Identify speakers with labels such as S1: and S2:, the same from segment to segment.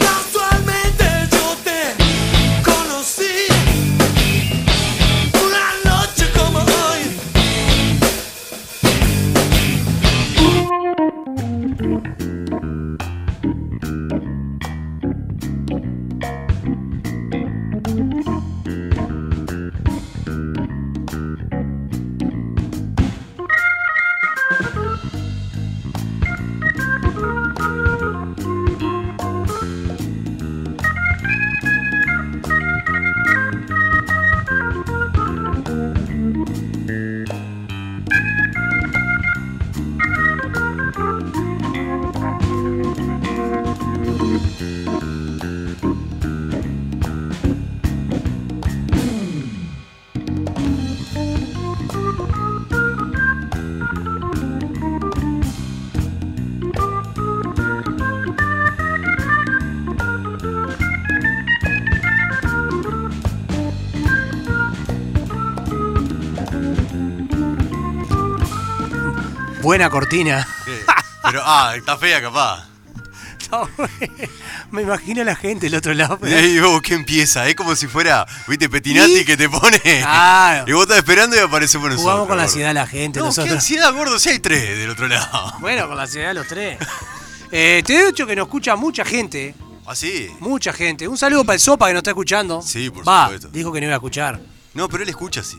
S1: Casualmente yo te conocí una noche como hoy.
S2: Buena cortina.
S3: Sí, Pero, ah, está fea capaz.
S2: No, Me imagino a la gente del otro lado.
S3: Y ahí vos que empieza, es como si fuera, viste, Petinati
S2: ¿Y?
S3: que te pone.
S2: Claro.
S3: Y vos estás esperando y aparece por nosotros.
S2: Jugamos con
S3: gordo.
S2: la ansiedad de la gente,
S3: No, qué
S2: nosotros.
S3: ansiedad, gordo, si hay tres del otro lado.
S2: Bueno, con la ansiedad de los tres. Eh, te he dicho que nos escucha mucha gente.
S3: ¿Ah, sí?
S2: Mucha gente. Un saludo para el Sopa que nos está escuchando.
S3: Sí, por
S2: Va,
S3: supuesto.
S2: Dijo que no iba a escuchar.
S3: No, pero él escucha así.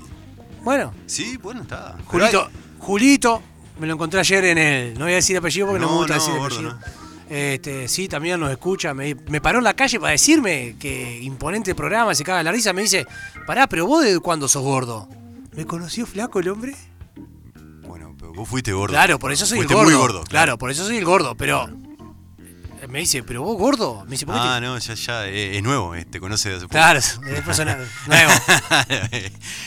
S2: Bueno,
S3: Sí, bueno, está. Pero
S2: Julito,
S3: hay-
S2: Julito, me lo encontré ayer en el. No voy a decir apellido porque no, me
S3: No,
S2: gusta
S3: no,
S2: decir
S3: gordo,
S2: apellido. Este, sí, también nos escucha. Me, me paró en la calle para decirme que imponente programa, se caga la risa. Me dice, pará, pero vos de cuándo sos gordo. ¿Me conoció flaco el hombre?
S3: Bueno, pero vos fuiste gordo.
S2: Claro, por eso soy
S3: Fuiste
S2: el gordo.
S3: muy gordo.
S2: claro. por eso soy el gordo, pero. eh, Me dice, pero vos gordo. Me dice, ¿por qué
S3: Ah,
S2: te-
S3: no, ya, ya, eh, es nuevo, eh, te conoce de hace poco.
S2: Claro, es personal. Nuevo.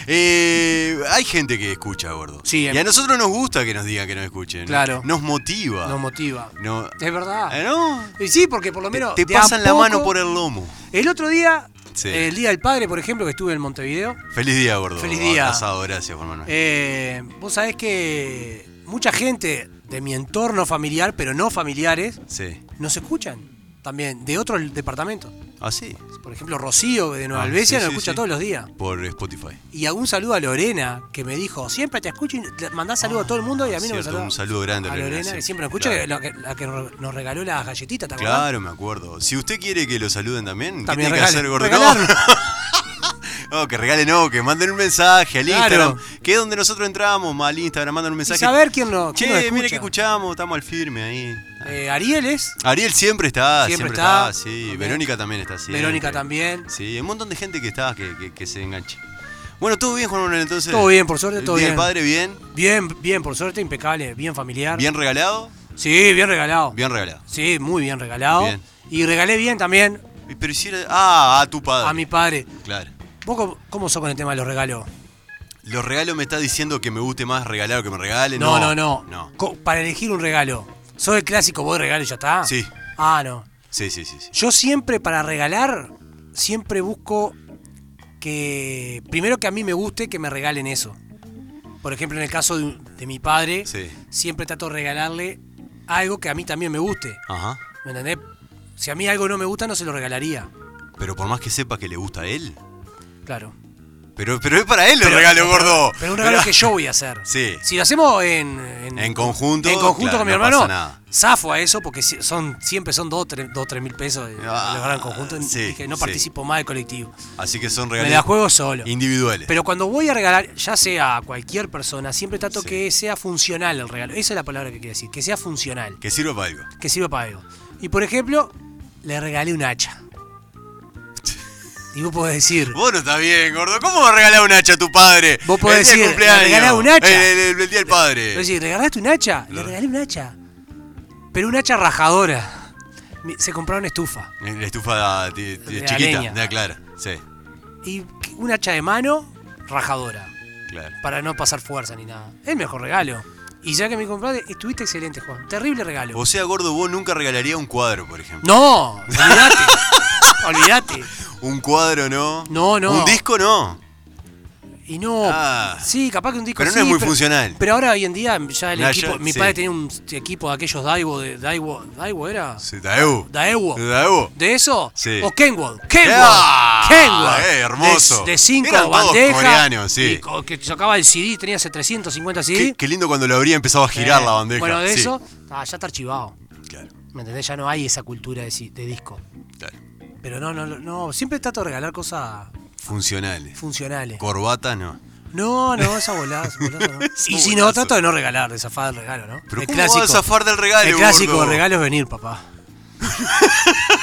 S3: Eh, hay gente que escucha, gordo.
S2: Sí,
S3: y a
S2: em-
S3: nosotros nos gusta que nos digan que nos escuchen.
S2: Claro.
S3: Nos motiva.
S2: Nos motiva.
S3: No-
S2: Es verdad.
S3: Eh, no.
S2: Y sí, porque por lo menos.
S3: te
S2: de a
S3: pasan la mano
S2: poco-
S3: por el lomo.
S2: El otro día, eh,
S3: Sí.
S2: el día del padre, por ejemplo, que estuve en Montevideo,
S3: Feliz día, gordo.
S2: Feliz día.
S3: Atrasado, gracias, por mano.
S2: eh, vos sabés que mucha gente de mi entorno familiar, pero no familiares,
S3: Sí.
S2: nos escuchan también de otros departamentos.
S3: Ah, sí.
S2: Por ejemplo, Rocío de Nueva
S3: Ah,
S2: Albesia
S3: sí,
S2: nos
S3: sí,
S2: escucha
S3: sí.
S2: todos los días.
S3: Por Spotify.
S2: Y algún saludo a Lorena, que me dijo, siempre te escucho y le mandás saludo a todo el mundo y a mí no me
S3: Cierto,
S2: saluda.
S3: un saludo grande a
S2: a
S3: Lorena,
S2: Lorena.
S3: sí.
S2: que siempre nos escucha,
S3: Claro.
S2: que- la, que, la que nos regaló las galletitas, ¿te acordás?
S3: Claro, me acuerdo. Si usted quiere que lo saluden también,
S2: También
S3: ¿qué tiene que hacer,
S2: regalen.
S3: gordo? No.
S2: Regalar.
S3: No, que regalen, no, que manden un mensaje al
S2: Claro.
S3: Instagram. Que es donde nosotros entramos, mal Instagram, mandan un
S2: Y
S3: mensaje.
S2: saber quién nos, Oh, quién nos
S3: che,
S2: escucha.
S3: mire que escuchamos, estamos al firme ahí.
S2: Eh, Ariel es,
S3: Ariel siempre está,
S2: Siempre
S3: siempre,
S2: está.
S3: está, sí.
S2: Ok.
S3: Verónica también está, sí.
S2: Verónica también.
S3: Sí, hay un montón de gente que está, que, que- que se enganche. Bueno, ¿todo bien, Juan Manuel, entonces?
S2: Todo bien, por suerte, todo
S3: Día del
S2: bien.
S3: padre bien,
S2: Bien, bien, por suerte, impecable, bien familiar.
S3: bien regalado,
S2: Sí, bien regalado.
S3: bien regalado.
S2: Sí, muy bien regalado.
S3: Bien.
S2: Y regalé bien también
S3: Y Pero si era- Ah, a tu padre.
S2: a mi padre.
S3: Claro.
S2: ¿Vos cómo, cómo sos con el tema de los regalos?
S3: ¿Los regalos me está diciendo que me guste más regalar o que me regalen?
S2: No, no, no.
S3: Eh, No.
S2: Co- Para elegir un regalo. ¿Sos el clásico vos de regalo y ya está?
S3: Sí.
S2: Ah, no.
S3: Sí, sí, sí. sí.
S2: Yo siempre para regalar, siempre busco que, primero que a mí me guste que me regalen eso. Por ejemplo, en el caso de, un- de mi padre,
S3: Sí.
S2: siempre trato de regalarle algo que a mí también me guste.
S3: Ajá.
S2: ¿Me entendés? Si a mí algo no me gusta, no se lo regalaría.
S3: Pero por más que sepa que le gusta a él.
S2: Claro.
S3: Pero, pero es para él el regalo, gordo.
S2: Pero un regalo que yo voy a hacer.
S3: Sí.
S2: Si lo hacemos en, en,
S3: En conjunto,
S2: en conjunto
S3: claro,
S2: con mi
S3: no
S2: hermano,
S3: pasa nada.
S2: zafo a eso porque si- son, siempre son 2 o 3 mil pesos de
S3: Ah,
S2: lograr en conjunto. y
S3: sí,
S2: que no
S3: sí.
S2: participo más del colectivo.
S3: Así que son
S2: Me
S3: regalos
S2: la juego solo.
S3: individuales.
S2: Pero cuando voy a regalar, ya sea a cualquier persona, siempre trato
S3: Sí.
S2: que sea funcional el regalo. Esa es la palabra que quiero decir, que sea funcional,
S3: Que sirva para algo.
S2: que sirva para algo. Y por ejemplo, le regalé un hacha. Y vos podés decir,
S3: Vos no está bien, gordo. ¿Cómo va a regalar un hacha a tu padre?
S2: Vos podés
S3: el día del
S2: decir,
S3: cumpleaños.
S2: ¿le regalás un hacha?
S3: El, el- el día del padre.
S2: Pero si regalaste un hacha, le
S3: Claro.
S2: regalé un hacha. Pero un hacha rajadora. Mi- Se compraron estufa.
S3: Eh, La estufa ti- ti-
S2: De la
S3: chiquita,
S2: leña.
S3: de la clara. Sí,
S2: Y que- un hacha de mano, rajadora.
S3: claro.
S2: Para no pasar fuerza ni nada. El mejor regalo. Y ya que me compraste, estuviste excelente, Juan. Terrible regalo.
S3: O sea, gordo, vos nunca regalaría un cuadro, por ejemplo.
S2: No, olvídate. olvídate.
S3: Un cuadro no.
S2: No, no.
S3: Un disco no.
S2: Y no.
S3: Ah.
S2: sí, capaz que un disco
S3: Pero no
S2: sí,
S3: es muy funcional.
S2: Pero ahora hoy en día ya el
S3: Ya,
S2: equipo.
S3: ya,
S2: mi
S3: sí.
S2: padre tenía un equipo de aquellos Daiwo de. Daiwo. ¿Daiwo era?
S3: Sí, Daewoo.
S2: Daewoo.
S3: Daewoo.
S2: ¿De eso?
S3: Sí.
S2: O Kenwood. Kenwood.
S3: Ah,
S2: Kenwood.
S3: eh, hermoso.
S2: De, de cinco
S3: Eran todos
S2: bandejas.
S3: coreanos, sí.
S2: y co- que sacaba el CD, tenía ese 350 CD.
S3: Qué, qué lindo cuando lo habría empezado a girar
S2: Eh,
S3: la bandeja.
S2: Bueno, de
S3: Sí,
S2: eso. ah, ya está archivado.
S3: claro,
S2: ¿Me entendés? Ya no hay esa cultura de, si- de disco.
S3: claro.
S2: Pero no, no, no, no. Siempre trato de regalar cosas
S3: Funcionales.
S2: funcionales.
S3: Corbata no.
S2: No, no, esa bolada, esa bolada no. Y si no,
S3: bolazo.
S2: trato de no regalar, de zafar el regalo, ¿no?
S3: Pero
S2: el
S3: ¿cómo vas a zafar del regalo,
S2: El clásico
S3: gordo?
S2: regalo es venir, papá.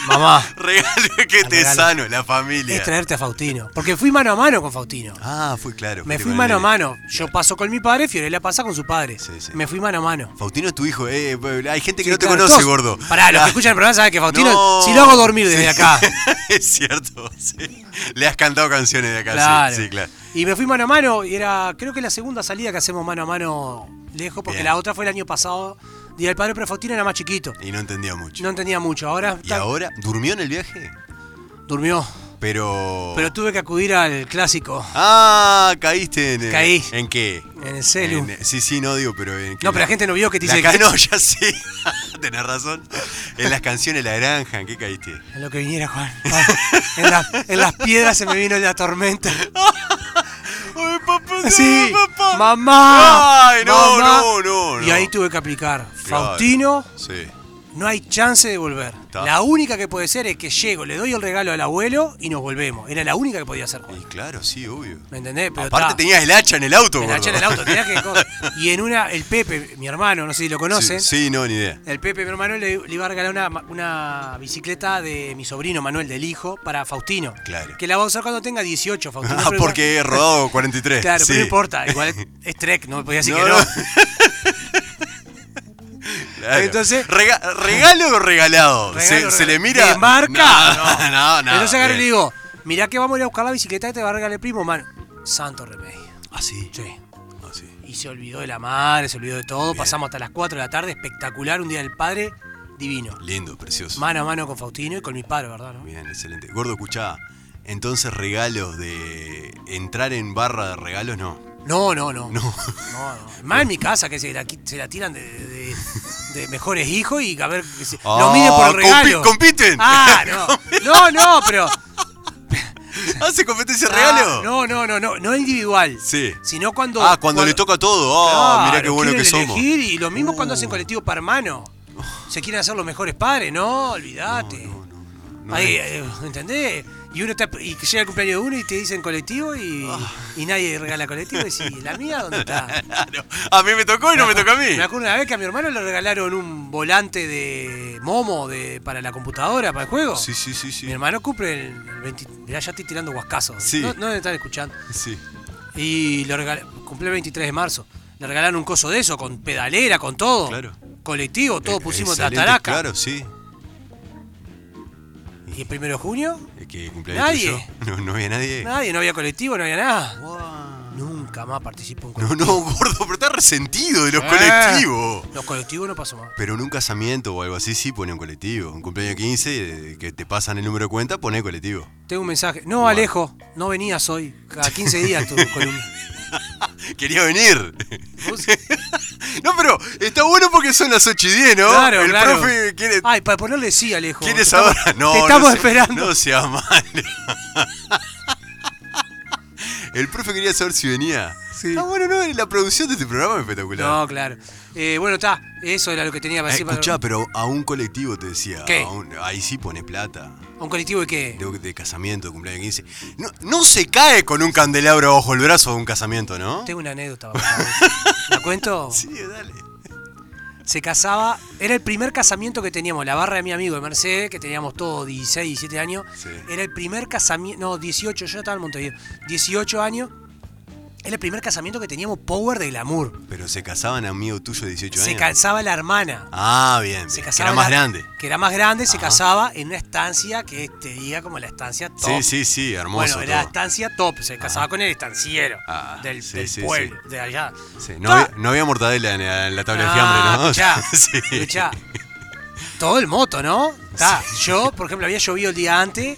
S2: Mamá,
S3: Regalo que te
S2: regalo.
S3: sano, la familia.
S2: es traerte a Faustino. Porque fui mano a mano con Faustino.
S3: Ah, fue claro.
S2: Me
S3: fuiste con
S2: fui
S3: el
S2: mano a
S3: nene.
S2: mano. Yo paso con mi padre, Fiorella pasa con su padre.
S3: Sí, sí.
S2: Me fui mano a mano.
S3: Faustino es tu hijo, eh, eh, hay gente que
S2: Sí,
S3: no te
S2: claro,
S3: conoce,
S2: todos-
S3: gordo.
S2: Pará, los
S3: Ah,
S2: que escuchan el programa saben que Faustino,
S3: no.
S2: si lo hago dormir desde
S3: Sí.
S2: acá.
S3: es cierto, sí. Le has cantado canciones de acá, sí,
S2: Claro.
S3: sí, claro.
S2: Y me fui mano a mano y era, creo que la segunda salida que hacemos mano a mano lejos, porque
S3: Bien.
S2: la otra fue el año pasado. Día del padre, pero Faustino era más chiquito.
S3: Y no entendía mucho.
S2: No entendía mucho. Ahora,
S3: ¿Y
S2: está-
S3: ahora? Oh. ¿Durmió en el viaje?
S2: durmió.
S3: Pero.
S2: Pero tuve que acudir al clásico,
S3: Ah, caíste en. eh,
S2: Caí.
S3: ¿En qué?
S2: en el celu.
S3: En- sí, sí, no digo, pero. ¿en qué?
S2: No, pero la gente no vio que te
S3: La
S2: dice
S3: ca-
S2: que-
S3: No, ya sí. Tenés razón. En las canciones La Granja, ¿en qué caíste?
S2: En lo que viniera, Juan. En, la- en las piedras se me vino la tormenta.
S3: ¡Ay, papá!
S2: Sí,
S3: papá!
S2: mamá.
S3: ¡Ay, no,
S2: mamá.
S3: no, no, no!
S2: Y ahí tuve que aplicar.
S3: Claro.
S2: Faustino,
S3: Sí.
S2: no hay chance de volver.
S3: Ta.
S2: La única que puede ser es que llego, le doy el regalo al abuelo y nos volvemos. Era la única que podía hacer,
S3: Y
S2: Juan.
S3: claro, sí, obvio.
S2: ¿Me entendés? Pero
S3: Aparte
S2: ta.
S3: tenías el hacha en el auto,
S2: El
S3: gordo.
S2: hacha en el auto, tenía que. co- Y en una, el Pepe, mi hermano, no sé si lo conocen.
S3: Sí, sí, no, ni idea.
S2: El Pepe, mi hermano, le, le iba a regalar una, ma- una bicicleta de mi sobrino Manuel, del hijo, para Faustino.
S3: Claro.
S2: Que la va a usar cuando tenga 18, Faustino.
S3: Ah,
S2: pero igual-
S3: porque he rodado 43.
S2: Claro,
S3: sí.
S2: pero no importa. Igual es, es Trek, no me podía decir
S3: No,
S2: que no.
S3: no. Claro.
S2: Entonces-
S3: Rega- ¿regalo o regalado?
S2: Regalo,
S3: se,
S2: regalo.
S3: se le mira.
S2: ¿De marca?
S3: No, no, no.
S2: Entonces agarré y le
S3: bien.
S2: digo, mirá que vamos a ir a buscar la bicicleta que te va a regalar el primo, man. Santo remedio.
S3: Ah, sí.
S2: Sí.
S3: Ah, sí.
S2: Y se olvidó de la madre, se olvidó de todo. Pasamos hasta las 4 de la tarde, espectacular, un día del padre, divino.
S3: Lindo, precioso.
S2: Mano a mano con Faustino y con mi padre, ¿verdad? no?
S3: Bien, excelente. Gordo, escuchá. Entonces, regalos de. Entrar en barra de regalos, no.
S2: No, no, no.
S3: No.
S2: No, no. Más en mi casa que se la, qui- se la tiran de, de- de mejores hijos y a ver, que se- lo
S3: Ah,
S2: mide por el
S3: compi-
S2: regalo.
S3: compiten.
S2: Ah, no. No, no, pero.
S3: ¿Hace competencia de regalo?
S2: Ah, no, no, no, no, no individual.
S3: Sí.
S2: Sino cuando.
S3: Ah, cuando le toca todo. Ah, mirá qué bueno que
S2: quieren
S3: somos.
S2: elegir y lo mismo cuando
S3: Uh.
S2: hacen colectivo para hermano. Se quieren hacer los mejores padres, no, olvídate.
S3: no
S2: Ahí,
S3: es.
S2: eh, ¿entendés? Y uno está, y llega el cumpleaños de uno y te dicen colectivo y,
S3: Ah.
S2: y nadie regala colectivo y decís, ¿la mía dónde está?
S3: Claro. A mí me tocó y no me toca a mí.
S2: Me acuerdo una vez que a mi hermano le regalaron un volante de momo de, para la computadora, para el juego.
S3: Sí, sí, sí,
S2: Mi
S3: sí.
S2: hermano cumple el 20. Mirá, ya estoy tirando guascazos.
S3: Sí.
S2: No, no deben estar escuchando.
S3: Sí.
S2: Y lo regal- cumplió el 23 de marzo. Le regalaron un coso de eso, con pedalera, con todo.
S3: Claro. E-
S2: Colectivo, todo pusimos la
S3: Eh, Excelente,
S2: taraca.
S3: Claro, sí.
S2: Y el primero de junio,
S3: Es que cumpleaños
S2: Nadie.
S3: tuyo. No, no había nadie.
S2: nadie, no había colectivo, no había nada. Nunca más participó en
S3: No,
S2: colectivo.
S3: no, gordo, pero está resentido de los
S2: Eh.
S3: colectivos.
S2: Los colectivos no pasó más.
S3: Pero en un casamiento o algo así sí pone un colectivo. Un cumpleaños 15, eh, que te pasan el número de cuenta, pone colectivo.
S2: Tengo un mensaje. No, Alejo, no venías hoy. Cada 15 días tu columna.
S3: Quería venir.
S2: Vos-
S3: No, pero está bueno porque son las 8 y 10, ¿no?
S2: Claro,
S3: el
S2: claro.
S3: profe quiere,
S2: Ay, para ponerle sí, Alejo.
S3: quiere
S2: Te
S3: saber.
S2: estamos-
S3: No,
S2: te
S3: no
S2: estamos
S3: sea-
S2: esperando.
S3: No sea malo. El profe quería saber si venía.
S2: Sí.
S3: Ah, bueno, no, la producción de este programa es espectacular.
S2: No, claro. Eh, bueno, está. Eso era lo que tenía para
S3: Eh,
S2: decir. para-
S3: escuchá, pero a un colectivo te decía.
S2: ¿Qué?
S3: a un- ahí sí pone plata.
S2: ¿A un colectivo de qué?
S3: De, de casamiento, de cumpleaños 15. No, no se cae con un candelabro bajo el brazo de un casamiento, ¿no?
S2: Tengo una anécdota. para contar. ¿La cuento?
S3: Sí, dale.
S2: Se casaba. Era el primer casamiento que teníamos. La barra de mi amigo de Mercedes, que teníamos todos 16, 17 años.
S3: Sí.
S2: Era el primer casamiento. No, 18. Yo estaba en Montevideo. 18 años. Era el primer casamiento que teníamos Power de Glamour.
S3: Pero se casaban amigo tuyo de 18
S2: Se
S3: años.
S2: casaba la hermana.
S3: Ah, bien. bien,
S2: Se
S3: que
S2: casaba
S3: era más
S2: la-
S3: grande.
S2: Que era más grande, se
S3: Ajá.
S2: casaba en una estancia que te diga como la estancia top.
S3: Sí, sí, sí, hermoso.
S2: Bueno, era
S3: todo.
S2: estancia top, se casaba con el estanciero
S3: Ah,
S2: del,
S3: sí,
S2: del
S3: sí,
S2: pueblo, de allá.
S3: Sí, no,
S2: Ta-
S3: había, no había mortadela en la, en la tabla de fiambre,
S2: Ah,
S3: ¿no?
S2: escuchá, escuchá. Todo el moto, ¿no? Ta, Yo, por ejemplo, había llovido el día antes.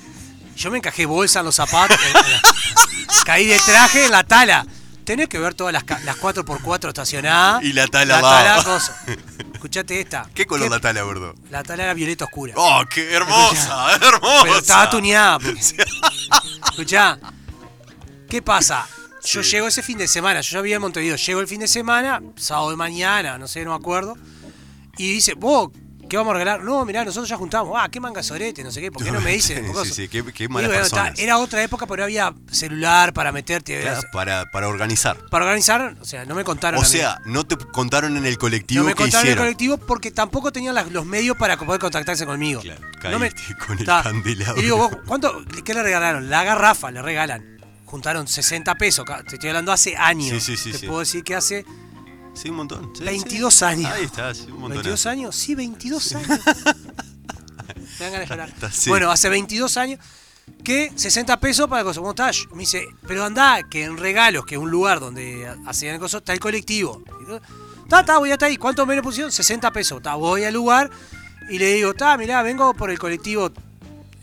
S2: Yo me encajé bolsa en los zapatos. en- en la- caí de traje en la tala. Tenés que ver todas las, ca- las 4x4 estacionadas.
S3: Y la tala
S2: La
S3: va.
S2: tala, cosa. Escuchate esta.
S3: ¿Qué color la tala, gordo?
S2: La tala era violeta oscura.
S3: ¡Oh, qué hermosa! ¡Hermosa!
S2: Pero estaba tuneada. porque- Escuchá, ¿qué pasa? Yo llego ese fin de semana, yo ya vivía en Montevideo, llego el fin de semana, sábado de mañana, no sé, no me acuerdo, y dice, vos, ¿qué vamos a regalar? No, mirá, nosotros ya juntamos, ah, qué manga sorete, no sé qué, ¿por qué no me dicen?
S3: Sí, sí, qué- qué
S2: Y
S3: malas
S2: está,
S3: personas.
S2: era otra época, pero no había celular para meterte,
S3: Era
S2: o sea,
S3: para, para organizar.
S2: para organizar, o sea, no me contaron.
S3: O
S2: a mí.
S3: sea, no te contaron en el colectivo
S2: no me
S3: que
S2: contaron en el
S3: hicieron.
S2: colectivo porque tampoco tenían las- los medios para poder contactarse conmigo.
S3: Claro,
S2: no
S3: caíste con el candelabro.
S2: Y digo, vos, ¿cuánto, ¿qué le regalaron? La garrafa le regalan. Juntaron 60 pesos. ca- Te estoy hablando hace años.
S3: Sí, sí, sí,
S2: Te
S3: sí.
S2: puedo decir que hace
S3: Sí, un montón. Sí,
S2: 22
S3: sí.
S2: años.
S3: Ahí está, sí, un montón.
S2: 22 años. Sí, 22 años. Me dan ganas de llorar.
S3: Está- está- sí.
S2: Bueno, hace 22 años que 60 pesos para cosas. ¿Cómo estás? Me dice, pero andá, que en regalos, que es un lugar donde ha- hacían cosas, está el colectivo. Y yo, Está, está, voy hasta ahí. ¿Cuánto me le pusieron? 60 pesos. Está, voy al lugar y le digo, está, mirá, vengo por el colectivo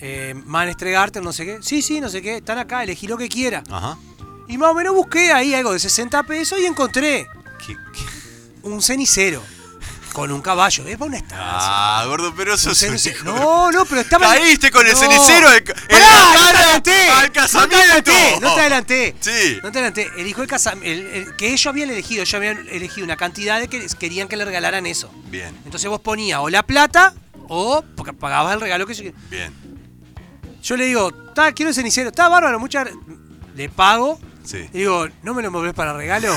S2: eh, Manestregarte, no sé qué. Sí, sí, no sé qué. Están acá, elegí lo que quiera.
S3: Ajá.
S2: Y más o menos busqué ahí algo de 60 pesos y encontré
S3: ¿Qué- qué?
S2: un cenicero con un caballo. Es para una estancia.
S3: Ah, gordo, pero eso es un
S2: Cenice-
S3: hijo de-
S2: No, no, pero estaba.
S3: Caíste con el
S2: No.
S3: cenicero de- en
S2: Pará,
S3: la
S2: no te
S3: cara
S2: adelanté,
S3: al
S2: no te
S3: casamiento.
S2: adelanté, No te adelanté.
S3: Sí.
S2: No te adelanté. Eligió el casamiento. Que ellos habían elegido. Ellos habían elegido una cantidad de que les- querían que le regalaran eso.
S3: Bien,
S2: Entonces vos ponías o la plata o porque pagabas el regalo que ellos querían.
S3: bien.
S2: Yo le digo, "Ta, quiero el cenicero. Está bárbaro, muchas gra- Le pago.
S3: Sí.
S2: Le digo, ¿no me lo volvés para regalo?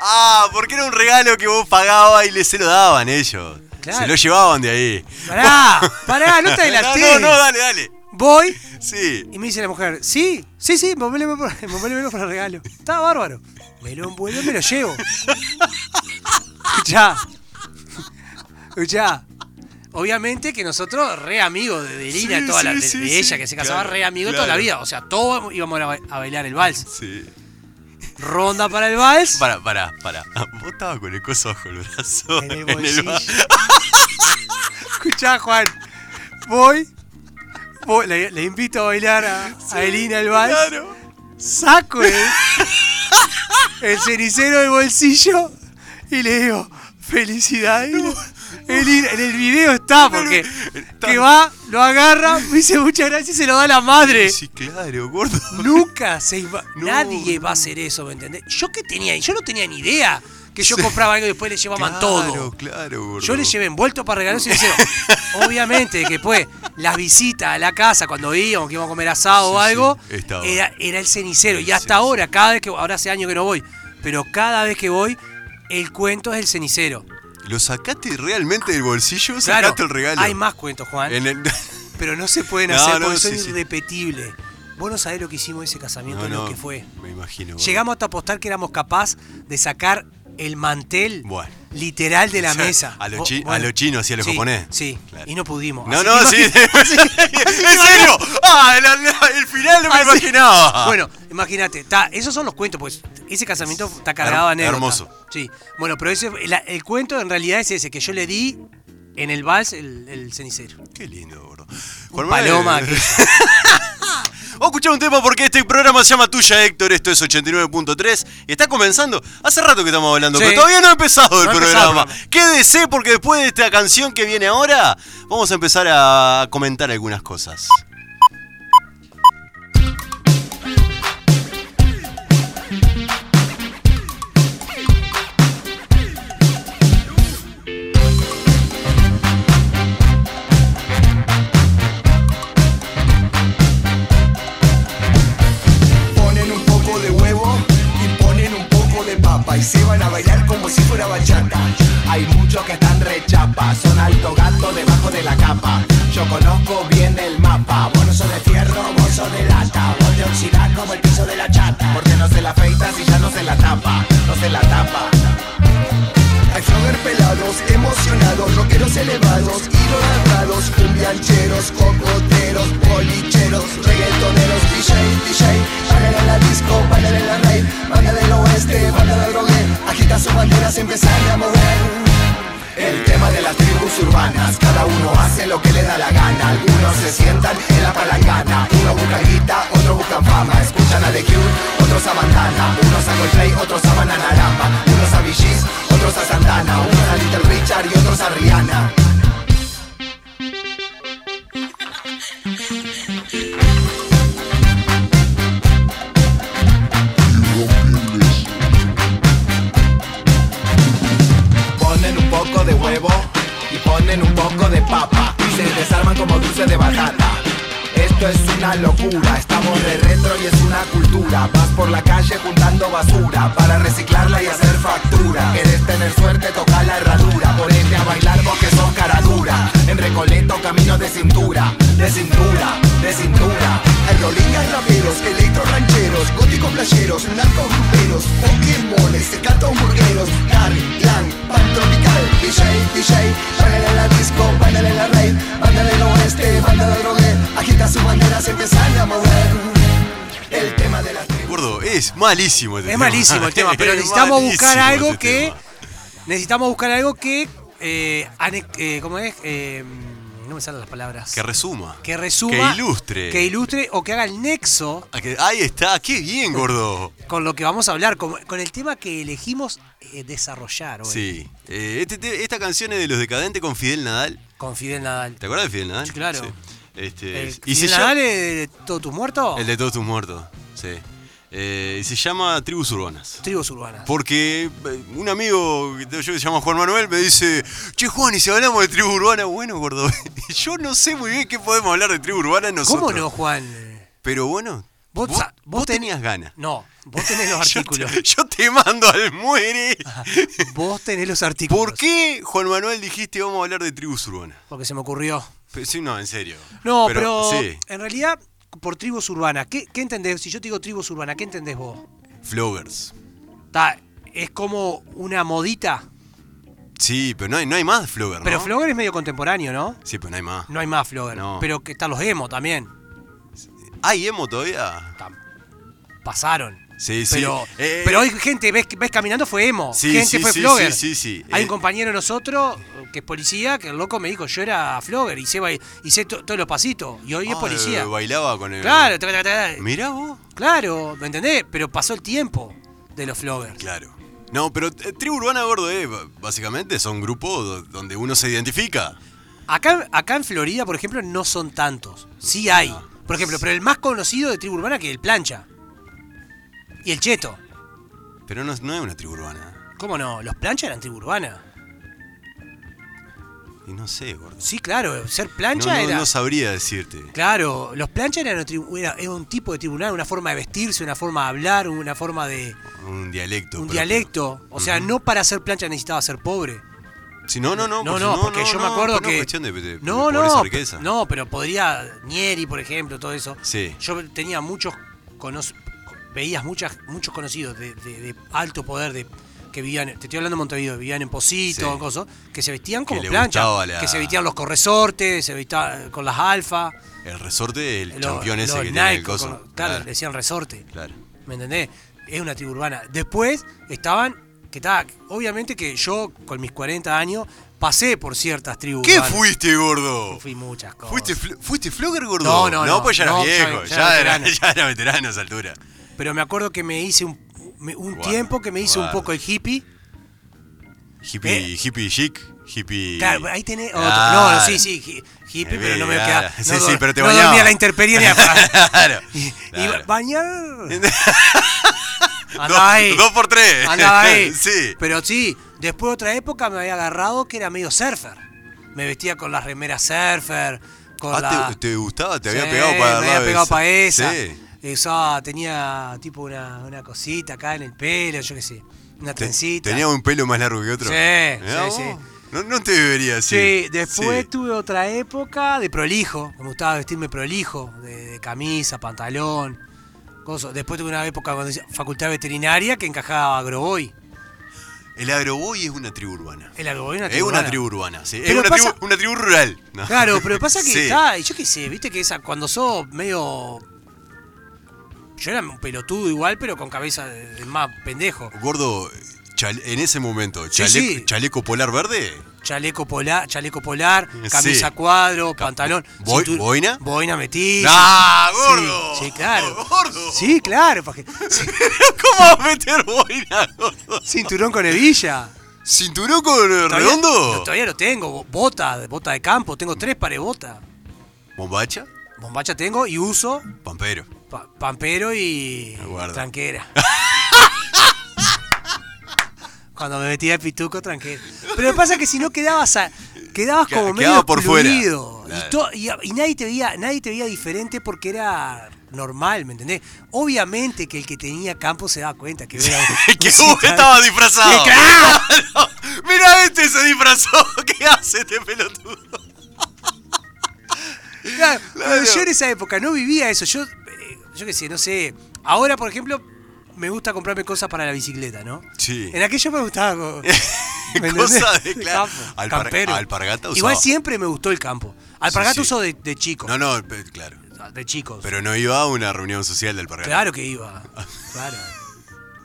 S3: Ah, porque era un regalo que vos pagabas y le, se lo daban ellos.
S2: Claro.
S3: Se lo llevaban de ahí.
S2: Pará, pará, no te
S3: No,
S2: adelanté.
S3: no, no, dale, dale.
S2: Voy
S3: Sí.
S2: Y me dice la mujer, sí, sí, sí, envolvémelo por- envolvémelo para regalo. Está bárbaro. Me lo envuelvo y me lo llevo. Escuchá. Escuchá. Obviamente que nosotros re amigos de, de Lina
S3: Sí,
S2: toda la,
S3: sí,
S2: de,
S3: sí,
S2: de
S3: sí.
S2: ella que se casaba
S3: Claro,
S2: re amigos toda la
S3: claro.
S2: vida. O sea, todos íbamos a, ba- a bailar el vals.
S3: Sí.
S2: Ronda para el vals.
S3: Pará, pará, pará. Vos estabas con el coso bajo el brazo.
S2: En el
S3: ba-
S2: bolsillo. Escuchá, Juan. Voy. voy- le, le invito a bailar a, a Elina el vals.
S3: Claro.
S2: saco el, el cenicero del bolsillo y le digo, felicidades. El- en el video está, porque
S3: está.
S2: que va, lo agarra, me dice muchas gracias y se lo da a la madre.
S3: Sí, claro, gordo.
S2: Nunca se iba-
S3: No,
S2: Nadie
S3: no.
S2: va a hacer eso, ¿me entendés? Yo que tenía, yo no tenía ni idea que yo compraba algo y después le llevaban
S3: Claro,
S2: todo.
S3: claro, gordo.
S2: Yo le llevé envuelto para regalar un cenicero. Obviamente que pues las visitas a la casa cuando íbamos, que íbamos a comer asado
S3: Sí,
S2: o
S3: sí,
S2: algo,
S3: estaba.
S2: era, era el cenicero. Y
S3: Sí,
S2: hasta
S3: sí.
S2: ahora, cada vez que ahora hace años que no voy, pero cada vez que voy, el cuento es el cenicero.
S3: ¿Lo sacaste realmente del bolsillo?
S2: Claro,
S3: ¿Sacaste el regalo?
S2: hay más cuentos, Juan,
S3: En el-
S2: pero no se pueden
S3: No,
S2: hacer
S3: no,
S2: porque
S3: sí,
S2: son
S3: sí.
S2: irrepetibles. Vos no sabés lo que hicimos ese casamiento,
S3: No,
S2: lo
S3: no,
S2: que fue.
S3: Me imagino. gordo.
S2: Llegamos hasta apostar que éramos capaz de sacar el mantel
S3: Bueno.
S2: literal de la
S3: O sea,
S2: mesa.
S3: a lo
S2: Vo-
S3: chi- a
S2: bueno.
S3: lo chino, así a lo
S2: Sí,
S3: japonés.
S2: Sí,
S3: Claro.
S2: y no pudimos.
S3: No,
S2: Así
S3: no,
S2: que
S3: sí.
S2: imagínate-
S3: ¿En serio? Ah, la- la- el final no me
S2: así-
S3: imaginaba.
S2: Ah, Bueno, imagínate, ta, esos son los cuentos, pues ese casamiento está cargado de
S3: Her-
S2: anécdotas.
S3: hermoso.
S2: Sí, bueno, pero ese, la- el cuento en realidad es ese, que yo le di en el vals el, el cenicero.
S3: Qué lindo, gordo. Juan
S2: Un
S3: Manuel,
S2: paloma que-
S3: Vamos a escuchar un tema porque este programa se llama Tuya Héctor, esto es 89.3 y está comenzando. Hace rato que estamos hablando,
S2: Sí.
S3: pero todavía no ha empezado el
S2: No ha empezado el
S3: programa. Quédese porque después de esta canción que viene ahora, vamos a empezar a comentar algunas cosas.
S4: Ponen un poco de huevo y ponen un poco de papa y se van a bailar como si fuera bachata. Hay muchos que están rechapas, son alto gato debajo de la capa. Yo conozco bien el mapa, vos no sos de fierro, vos sos de lata, vos te oxidás como el piso de la chata. Porque no se la afeitas y ya no se la tapa, no se la tapa. Hay flogger pelados, emocionados, rockeros elevados, idolatrados, cumbiancheros, cocoteros, policheros, reggaetoneros, DJ, DJ, bailan en la disco, bailan en la rave, banda del oeste, banda del rogue, agita sus banderas, empiezan a mover. El tema de las tribus urbanas, cada uno hace lo que le da la gana. Algunos se sientan en la palangana, unos buscan guita, otros buscan fama. Escuchan a The Cure, otros a Bandana, unos a Coldplay, otros a Banana Rama, unos a Bee Gees, otros a Santana, unos a Little Richard y otros a Rihanna. Ponen un poco de huevo y ponen un poco de papa y se desarman como dulce de batata. Esto es una locura, estamos de retro y es una cultura. Vas por la calle juntando basura para reciclarla y hacer factura. Quieres tener suerte, toca la herradura. Ponete a bailar porque son cara dura. En Recoleto camino de cintura, de cintura, de cintura.
S5: Hay rolingas raperos, electro rancheros, góticos playeros, narcos gruperos, pokémones, tecatos burgueros, Harry, clan, pan tropical, DJ, DJ, bándale en la disco, bándale en la rave, bándale en el oeste, bándale al rogué, agita sus banderas, empiezan a mover. El tema de las tribus.
S3: Gordo, es malísimo este
S2: Es
S3: tema.
S2: malísimo el tema,
S3: Es
S2: pero necesitamos
S3: malísimo
S2: buscar algo
S3: este
S2: que.
S3: tema.
S2: Necesitamos buscar algo que. eh, ane- eh, ¿Cómo es? Eh, no me salen las palabras.
S3: Que resuma.
S2: Que resuma.
S3: Que ilustre.
S2: Que ilustre o que haga el nexo
S3: Ah, que- Ahí está, qué bien, gordo.
S2: con lo que vamos a hablar, con, con el tema que elegimos eh, desarrollar hoy.
S3: Sí. Eh, este te- esta canción es de Los Decadentes con Fidel Nadal.
S2: Con Fidel Nadal.
S3: ¿Te acuerdas de Fidel Nadal?
S2: Sí, claro.
S3: Este,
S2: El,
S3: y se
S2: Fidel
S3: llama-
S2: Nadal es de Todos tus muertos?
S3: El de todos tus muertos, sí. Eh, y se llama Tribus Urbanas.
S2: Tribus urbanas.
S3: Porque eh, un amigo que tengo yo que se llama Juan Manuel me dice, che Juan, y si hablamos de tribu urbana, bueno, gordo, yo no sé muy bien qué podemos hablar de tribu urbana nosotros.
S2: ¿Cómo no, Juan?
S3: Pero bueno, vos,
S2: sa-
S3: vos
S2: ten-
S3: tenías ganas.
S2: No, vos tenés los
S3: Yo
S2: artículos.
S3: te, yo te mando al muere.
S2: Vos tenés los artículos.
S3: ¿Por qué, Juan Manuel, dijiste vamos a hablar de tribus urbanas?
S2: Porque se me ocurrió.
S3: Pe- Sí, no, en serio.
S2: No, pero,
S3: Sí,
S2: en realidad, por tribus urbanas, ¿qué, qué entendés? Si yo te digo tribus urbanas, ¿qué entendés vos?
S3: flowers.
S2: Ta, es como una modita.
S3: Sí, pero no hay, no hay más flowers,
S2: Pero
S3: ¿no?
S2: Flogger es medio contemporáneo, ¿no?
S3: Sí, pero no hay más.
S2: No hay más Flogger.
S3: No.
S2: Pero que están los emo también.
S3: ¿Hay emo todavía?
S2: Tam- Pasaron.
S3: Sí, sí.
S2: Pero,
S3: Eh,
S2: pero hoy gente, ves, ves caminando, fue emo.
S3: Sí,
S2: gente
S3: sí,
S2: fue
S3: sí,
S2: Flogger.
S3: sí, sí, sí.
S2: Hay
S3: Eh,
S2: un compañero de nosotros que es policía, que el loco me dijo, yo era Flogger y sé, ba- y sé to- todos los pasitos. Y hoy es
S3: ah,
S2: policía.
S3: Bailaba con el.
S2: Claro, tra- tra- tra-
S3: Mirá vos.
S2: claro, ¿me entendés? Pero pasó el tiempo de los Floggers.
S3: Claro. No, pero eh, tribu urbana gordo, eh, b- básicamente son grupos do- donde uno se identifica.
S2: Acá, acá en Florida, por ejemplo, no son tantos. Sí hay. Por ejemplo, pero el más conocido de tribu urbana que el plancha. Y el cheto.
S3: Pero no, es- no es una tribu urbana.
S2: ¿Cómo no? Los plancha eran tribu urbana.
S3: Y no sé, gordo.
S2: Sí, claro. Ser
S3: No,
S2: plancha
S3: no-
S2: era.
S3: no sabría decirte.
S2: Claro, los plancha eran una tribu- era, era un tipo de tribunal, una forma de vestirse, una forma de hablar, una forma de.
S3: Un dialecto.
S2: un
S3: propio.
S2: dialecto. O sea, no para ser plancha necesitaba ser pobre.
S3: Sí, no, no, no.
S2: No,
S3: por-
S2: no, porque yo me acuerdo
S3: no
S2: que.
S3: es cuestión de, de- de
S2: no,
S3: pobreza,
S2: no,
S3: riqueza.
S2: no, pero podría. Nieri, por ejemplo, todo eso.
S3: Sí.
S2: Yo tenía muchos. conoc- veías muchas, muchos conocidos de, de- de alto poder de que vivían, te estoy hablando de Montevideo, vivían en Posito,
S3: Sí.
S2: cosas, que se vestían como
S3: le
S2: plancha,
S3: gustaba la-
S2: que se vestían los corresortes, se vestían con las alfas,
S3: El resorte, el
S2: los,
S3: campeón ese
S2: los
S3: que tiene el
S2: Nike,
S3: coso.
S2: con- claro, le decían resorte.
S3: claro.
S2: ¿Me entendés? Es una tribu urbana. Después estaban, que está, obviamente que yo con mis 40 años pasé por ciertas tribus.
S3: ¿Qué
S2: urbanas.
S3: fuiste, gordo?
S2: Fui muchas cosas.
S3: ¿Fuiste, fl- ¿Fuiste flogger, gordo?
S2: No, no, no.
S3: pues ya eras
S2: No, ya-
S3: viejo,
S2: ya
S3: ya,
S2: era
S3: era,
S2: veterano.
S3: ya era veterano a esa altura.
S2: Pero me acuerdo que me hice un, me- un
S3: Guarda,
S2: tiempo que me hice un
S3: guarda.
S2: poco el hippie.
S3: Hippie, hippie chic, hippie.
S2: Eh. Claro, ahí tenés otro.
S3: Claro.
S2: No, no, sí, sí, hi- hippie, pero no me
S3: Claro.
S2: quedaba.
S3: Sí,
S2: no,
S3: sí,
S2: dor-
S3: pero te
S2: no
S3: bañaba.
S2: dormía a la intemperie ni a-
S3: Claro.
S2: Y,
S3: claro.
S2: y bañar. Andaba
S3: Dos-
S2: ahí.
S3: dos por tres.
S2: Andaba ahí.
S3: Sí.
S2: Pero sí, después otra época me había agarrado que era medio surfer. Me vestía con las remeras surfer, con
S3: Ah,
S2: la...
S3: te, te gustaba? ¿Te
S2: Sí,
S3: había pegado para
S2: me
S3: el lado
S2: había
S3: de
S2: pegado para esa.
S3: Sí.
S2: Esa tenía tipo una, una cosita acá en el pelo, yo qué sé. Una
S3: Te-
S2: trencita.
S3: tenía un pelo más largo que otro.
S2: Sí,
S3: Mirá
S2: sí,
S3: vos.
S2: sí.
S3: No, no te debería así.
S2: Sí, después
S3: Sí.
S2: tuve otra época de prolijo. Me gustaba vestirme prolijo, de, de camisa, pantalón, cosas. Después tuve una época cuando decía facultad veterinaria que encajaba agroboy.
S3: El agroboy es una tribu urbana.
S2: El agroboy
S3: Es una tribu urbana, sí. Es
S2: Pero
S3: una,
S2: pasa-
S3: tribu, una tribu rural. No.
S2: Claro, pero pasa que
S3: Sí.
S2: está, y yo qué sé, viste que esa, cuando sos medio. Yo era un pelotudo igual, pero con cabeza de, de más pendejo.
S3: Gordo, chale- en ese momento,
S2: Sí,
S3: chale-
S2: sí.
S3: chaleco polar verde,
S2: Chaleco polar, chaleco polar
S3: Sí.
S2: camisa cuadro, pantalón.
S3: Boi-
S2: cintur-
S3: boina.
S2: Boina metida.
S3: ¡Ah, gordo! ¡Ah,
S2: Sí, sí, claro.
S3: ¡Gordo!
S2: Sí, claro. pa' que- sí,
S3: ¿Cómo vas a meter boina, gordo?
S2: Cinturón con hebilla.
S3: ¿Cinturón con eh,
S2: Todavía-
S3: redondo?
S2: no, todavía lo tengo. bo- Bota, bota de campo. Tengo tres pares de bota.
S3: ¿Bombacha?
S2: Bombacha tengo y uso
S3: Pampero.
S2: pa- pampero y
S3: Aguarda.
S2: tranquera. Cuando me metía de pituco, tranquera. Pero lo que pasa es que si no quedabas a- quedabas
S3: Que-
S2: como
S3: quedaba
S2: medio
S3: por fuera.
S2: excluido.
S3: Claro.
S2: Y, to- y a- y nadie te veía, nadie te veía diferente porque era normal, ¿me entendés? Obviamente que el que tenía campo se daba cuenta que era un
S3: Que
S2: citar-
S3: vos estaba disfrazado.
S2: Sí, claro.
S3: Mira este se disfrazó. ¿Qué hace este pelotudo?
S2: Claro,
S3: Claro.
S2: Pero yo en esa época no vivía eso. Yo, eh, yo qué sé, no sé. Ahora, por ejemplo, me gusta comprarme cosas para la bicicleta, ¿no?
S3: Sí.
S2: En aquello me gustaba. co- ¿me
S3: Cosa
S2: entendés?
S3: de,
S2: De
S3: claro,
S2: campo,
S3: alpar-
S2: campero.
S3: alpargata usaba.
S2: Igual siempre me gustó el campo. Alpargata
S3: Sí, sí.
S2: uso de, de chico.
S3: No, no, pe- claro.
S2: De chicos.
S3: Pero no iba a una reunión social del parque.
S2: Claro que iba. Claro.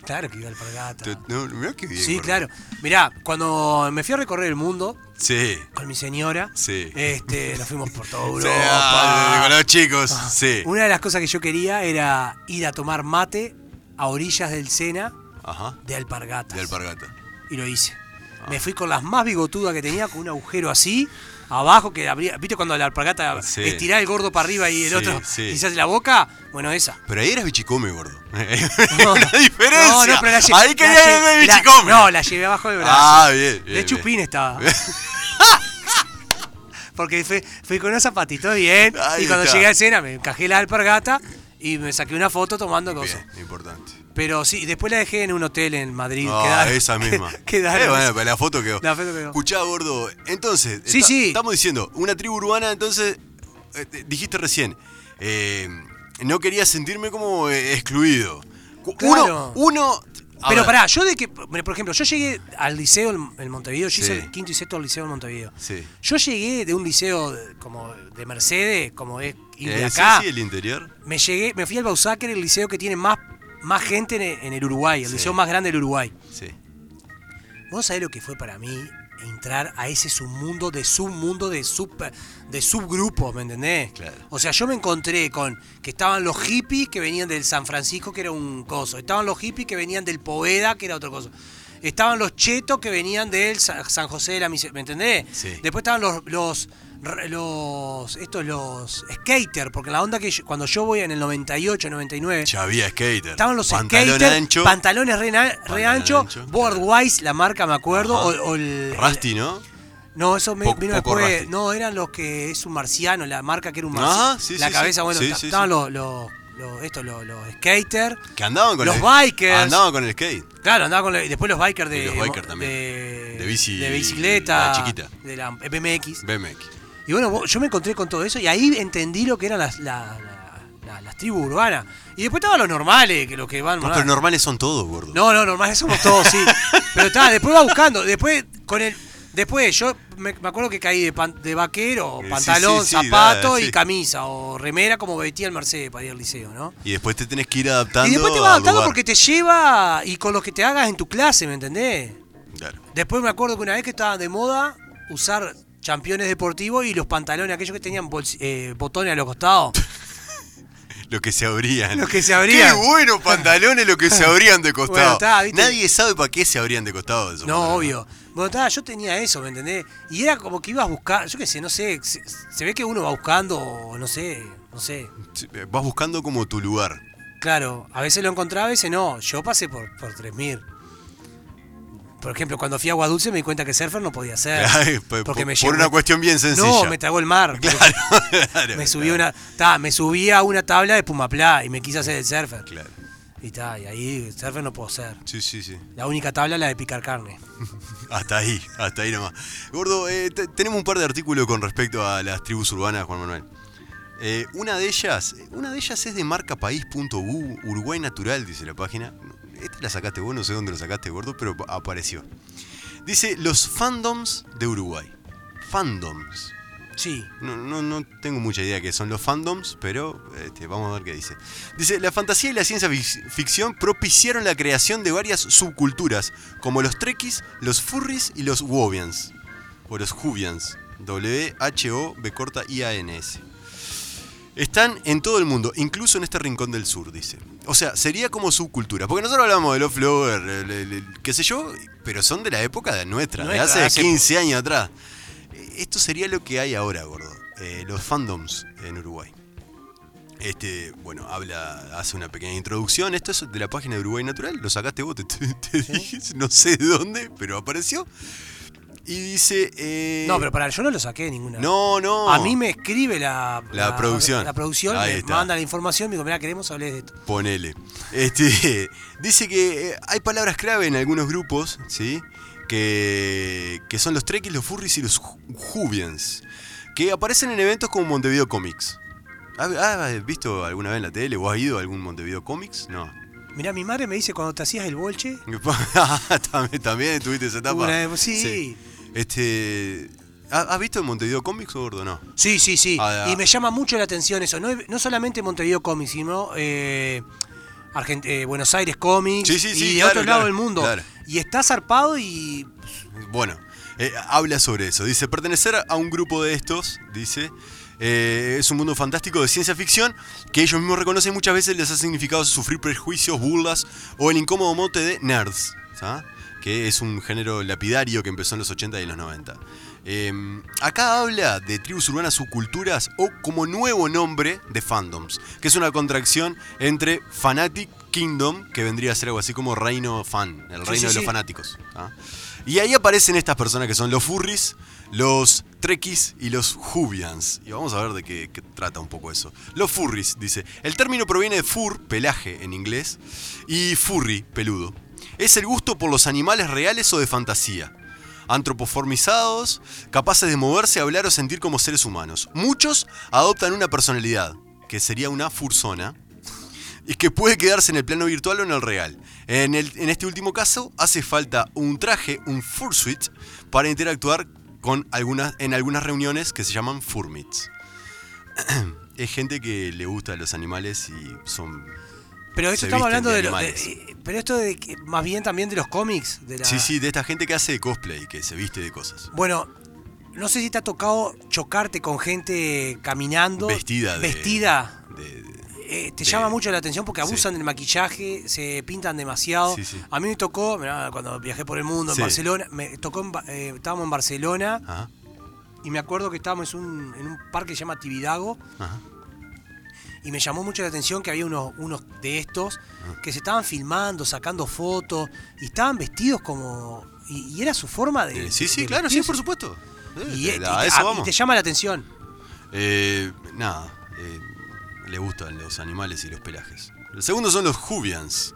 S2: Claro que iba alpargata.
S3: No, mirá qué bien.
S2: Sí,
S3: gordo.
S2: claro. Mirá, cuando me fui a recorrer el mundo
S3: Sí.
S2: con mi señora,
S3: Sí.
S2: este, nos fuimos por toda
S3: Sí,
S2: Europa.
S3: ah, con los chicos. Sí.
S2: Una de las cosas que yo quería era ir a tomar mate a orillas del Sena
S3: Ajá.
S2: de alpargatas.
S3: De Ah. alpargata.
S2: y lo hice. Me fui con las más bigotudas que tenía, con un agujero así, abajo que abría. ¿Viste cuando la alpargata
S3: Sí.
S2: estirá el gordo para arriba y el
S3: Sí,
S2: otro
S3: sí.
S2: y se hace la boca? Bueno, esa.
S3: Pero ahí eras bichicome, gordo. una diferencia.
S2: No, no, pero la lle-
S3: Ahí quería
S2: la lle-
S3: ir de
S2: la-
S3: bichicome.
S2: No, la llevé abajo del brazo.
S3: Ah, bien, bien,
S2: de chupín estaba. Porque fui, fui con unos zapatitos bien.
S3: Ahí
S2: y cuando
S3: está.
S2: llegué a escena me encajé la alpargata y me saqué una foto tomando cosas.
S3: Bien, importante.
S2: Pero sí, después la dejé en un hotel en Madrid.
S3: Ah,
S2: quedaron-
S3: esa misma.
S2: quedaron
S3: Eh, bueno,
S2: esas.
S3: pero la foto quedó.
S2: La foto quedó.
S3: Escuchá, gordo. Entonces,
S2: Sí, sí.
S3: estamos diciendo, una tribu urbana, entonces, eh, eh, dijiste recién, eh, no quería sentirme como eh, excluido. Cu-
S2: Claro.
S3: Uno, uno. a
S2: Pero
S3: ver,
S2: pará, yo de que, mira, por ejemplo, yo llegué al liceo en en Montevideo, yo hice
S3: Sí.
S2: el quinto y sexto al liceo en Montevideo.
S3: Sí.
S2: Yo llegué de un liceo de- como de Mercedes, como es ir de
S3: eh, sí,
S2: acá.
S3: sí, el interior.
S2: Me llegué, me fui al Bausáquer, el liceo que tiene más, más gente en el, en el Uruguay, el
S3: Sí.
S2: liceo más grande del Uruguay.
S3: Sí.
S2: Vos sabés lo que fue para mí entrar a ese submundo de submundo de super de subgrupos, ¿me entendés?
S3: Claro.
S2: O sea, yo me encontré con que estaban los hippies que venían del San Francisco, que era un coso. Estaban los hippies que venían del Poveda, que era otro coso. Estaban los chetos que venían del Sa- San José de la Miseria, ¿me entendés?
S3: Sí.
S2: Después estaban los los r- los estos los skater, porque la onda que yo- cuando yo voy en el 98, 99
S3: Ya había skater.
S2: Estaban los
S3: Pantalón
S2: skaters,
S3: ancho.
S2: pantalones re, na- re
S3: Pantalón
S2: ancho,
S3: ancho,
S2: Boardwise, la marca me acuerdo,
S3: Ajá.
S2: o, o el...
S3: Rusty, ¿no?
S2: No, eso me,
S3: Poco-
S2: vino
S3: poco
S2: después.
S3: Rusty.
S2: No, eran los que es un marciano, la marca que era un
S3: Ajá,
S2: marciano.
S3: sí,
S2: la
S3: sí,
S2: cabeza,
S3: sí.
S2: bueno,
S3: Sí,
S2: ta-
S3: sí,
S2: estaban
S3: sí.
S2: Los, los, los- esto, los, los skaters.
S3: Que andaban con
S2: Los
S3: el-
S2: bikers.
S3: Andaban con el skate.
S2: Claro, andaba con los- y después los bikers de...
S3: Y los bikers también.
S2: De,
S3: De bici-
S2: de bicicleta.
S3: la chiquita.
S2: De la BMX.
S3: BMX.
S2: Y bueno, vos- yo me encontré con todo eso y ahí entendí lo que eran las, la- la- la- las tribus urbanas. Y después estaban los normales, que los que van...
S3: No, pero normales son todos, gordo.
S2: No, no, normales somos todos, sí. Pero está, después va buscando. Después, con el. Después, yo me, me acuerdo que caí de, pan- de vaquero,
S3: Eh, sí,
S2: pantalón,
S3: sí, sí,
S2: zapato
S3: nada,
S2: y
S3: sí.
S2: camisa o remera como vestía el Mercedes para ir al liceo, ¿no?
S3: Y después te tenés que ir adaptando.
S2: y después te
S3: al
S2: va adaptando
S3: lugar.
S2: porque te lleva y con los que te hagas en tu clase, ¿me entendés?
S3: Claro.
S2: Después me acuerdo que una vez que estaba de moda usar championes deportivos y los pantalones, aquellos que tenían bols- eh, botones a los costados.
S3: Lo que se abrían.
S2: Lo que se abrían.
S3: Qué buenos pantalones lo que se abrían de costado.
S2: Bueno, está, ¿viste?
S3: Nadie sabe para qué se abrían de costado. esos
S2: No,
S3: pantalones.
S2: obvio. Bueno, está, yo tenía eso, ¿me entendés? Y era como que ibas a buscar, yo qué sé, no sé, se, se ve que uno va buscando, no sé, no sé.
S3: Sí, eh, Vas buscando como tu lugar.
S2: Claro, a veces lo encontraba, a veces no. Yo pasé por, por 3000. Por ejemplo, cuando fui a Agua Dulce me di cuenta que surfer no podía ser.
S3: Claro, por- pues, por- por una cuestión bien
S2: No,
S3: sencilla.
S2: me tragó el mar. porque
S3: Claro, claro.
S2: me subí a una, ta, me subí a una tabla de Pumaplá y me quise hacer el surfer.
S3: Claro.
S2: Y ta, y ahí surfer no puedo ser.
S3: Sí, sí, sí.
S2: La única tabla es la de picar carne.
S3: Hasta ahí, hasta ahí nomás. Gordo, eh, te- tenemos un par de artículos con respecto a las tribus urbanas, Juan Manuel. Eh, una de ellas, una de ellas es de marcapaís.u, Uruguay Natural, dice la página. Esta la sacaste vos, no sé dónde la sacaste, gordo, pero pa- apareció. Dice los fandoms de Uruguay. Fandoms.
S2: Sí.
S3: No, no, no tengo mucha idea de qué son los fandoms, pero este, vamos a ver qué dice. Dice, la fantasía y la ciencia fic- ficción propiciaron la creación de varias subculturas, como los trekkies, los furries y los wobians. O los jubians. W-H-O-B corta I-A-N-S. Están en todo el mundo, incluso en este rincón del sur, dice. O sea, sería como subcultura. Porque nosotros hablamos de los Flower, el- el- el- qué sé yo, pero son de la época de nuestra, de hace,
S2: Nuestra, hace
S3: 15 años atrás. Eh, Esto sería lo que hay ahora, gordo. eh, los fandoms en Uruguay. Este, bueno, habla, hace una pequeña introducción. Esto es de la página de Uruguay Natural. Lo sacaste vos, te, te- te dije, no sé de dónde, pero apareció. Y dice. eh,
S2: No, pero para yo no lo saqué de ninguna.
S3: No, no.
S2: A mí me escribe la,
S3: La producción.
S2: La producción
S3: Ahí
S2: me
S3: está.
S2: manda la información, me digo, mira, queremos hablar de esto.
S3: Ponele. Este, dice que eh, hay palabras clave en algunos grupos, ¿sí? Que, que son los trekkies, los furries y los ju- jubians. Que aparecen en eventos como Montevideo Comics. ¿Has, has visto alguna vez en la tele o has ido a algún Montevideo Comics? No.
S2: Mirá, mi madre me dice cuando te hacías el bolche.
S3: también, también tuviste esa etapa.
S2: Una vez- sí.
S3: Este, ¿ha- ¿Has visto el Montevideo Comics, gordo? No.
S2: Sí, sí, sí.
S3: Ah, ya.
S2: y me llama mucho la atención eso. No, no solamente Montevideo Comics, sino eh, Argent- eh, Buenos Aires Comics
S3: Sí, sí, sí,
S2: y de
S3: claro,
S2: otros
S3: claro,
S2: lados del mundo.
S3: claro.
S2: Y está zarpado y
S3: Bueno, eh, habla sobre eso. Dice, pertenecer a un grupo de estos, dice, eh, es un mundo fantástico de ciencia ficción que ellos mismos reconocen muchas veces les ha significado sufrir prejuicios, burlas o el incómodo mote de nerds, ¿sá? que es un género lapidario que empezó en los 80 y los 90. Eh, acá habla de tribus urbanas subculturas o como nuevo nombre de fandoms, que es una contracción entre Fanatic Kingdom, que vendría a ser algo así como Reino Fan, el reino
S2: Sí, sí,
S3: de los
S2: sí.
S3: fanáticos. ¿ah? Y ahí aparecen estas personas que son los furries, los trekkies y los jubians. Y vamos a ver de qué, qué trata un poco eso. Los furries, dice. El término proviene de fur, pelaje en inglés, y furry, peludo. Es el gusto por los animales reales o de fantasía. Antropoformizados, capaces de moverse, hablar o sentir como seres humanos. Muchos adoptan una personalidad, que sería una fursona, y que puede quedarse en el plano virtual o en el real. En, el- en este último caso, hace falta un traje, un fursuit, para interactuar con algunas, en algunas reuniones que se llaman furmits. es gente que le gusta los animales y son...
S2: Pero
S3: Se
S2: esto estamos
S3: visten
S2: hablando
S3: de
S2: de, los.
S3: animales.
S2: de- pero esto de que- más bien también de los cómics. De la-
S3: Sí, sí, de esta gente que hace cosplay, que se viste de cosas.
S2: Bueno, no sé si te ha tocado chocarte con gente caminando.
S3: Vestida de...
S2: Vestida.
S3: de- de-
S2: Eh, te
S3: de-
S2: llama mucho la atención porque
S3: sí.
S2: abusan del maquillaje, se pintan demasiado.
S3: Sí, sí.
S2: A mí me tocó, mirá, cuando viajé por el mundo,
S3: Sí.
S2: en Barcelona, me tocó, en Ba- eh, estábamos en Barcelona
S3: Ajá,
S2: y me acuerdo que estábamos en un, en un parque que se llama Tibidabo
S3: ajá.
S2: y me llamó mucho la atención que había unos, unos de estos
S3: Ah.
S2: que se estaban filmando, sacando fotos y estaban vestidos como... Y, y era su forma de...
S3: Eh, sí, sí,
S2: de
S3: claro, sí,
S2: vestirse.
S3: por supuesto. Eh,
S2: Y,
S3: de-
S2: eh,
S3: a
S2: y te-
S3: eso
S2: ah, y
S3: vamos.
S2: te llama la atención.
S3: Eh, nada, eh, le gustan los animales y los pelajes. El segundo son los Juvians,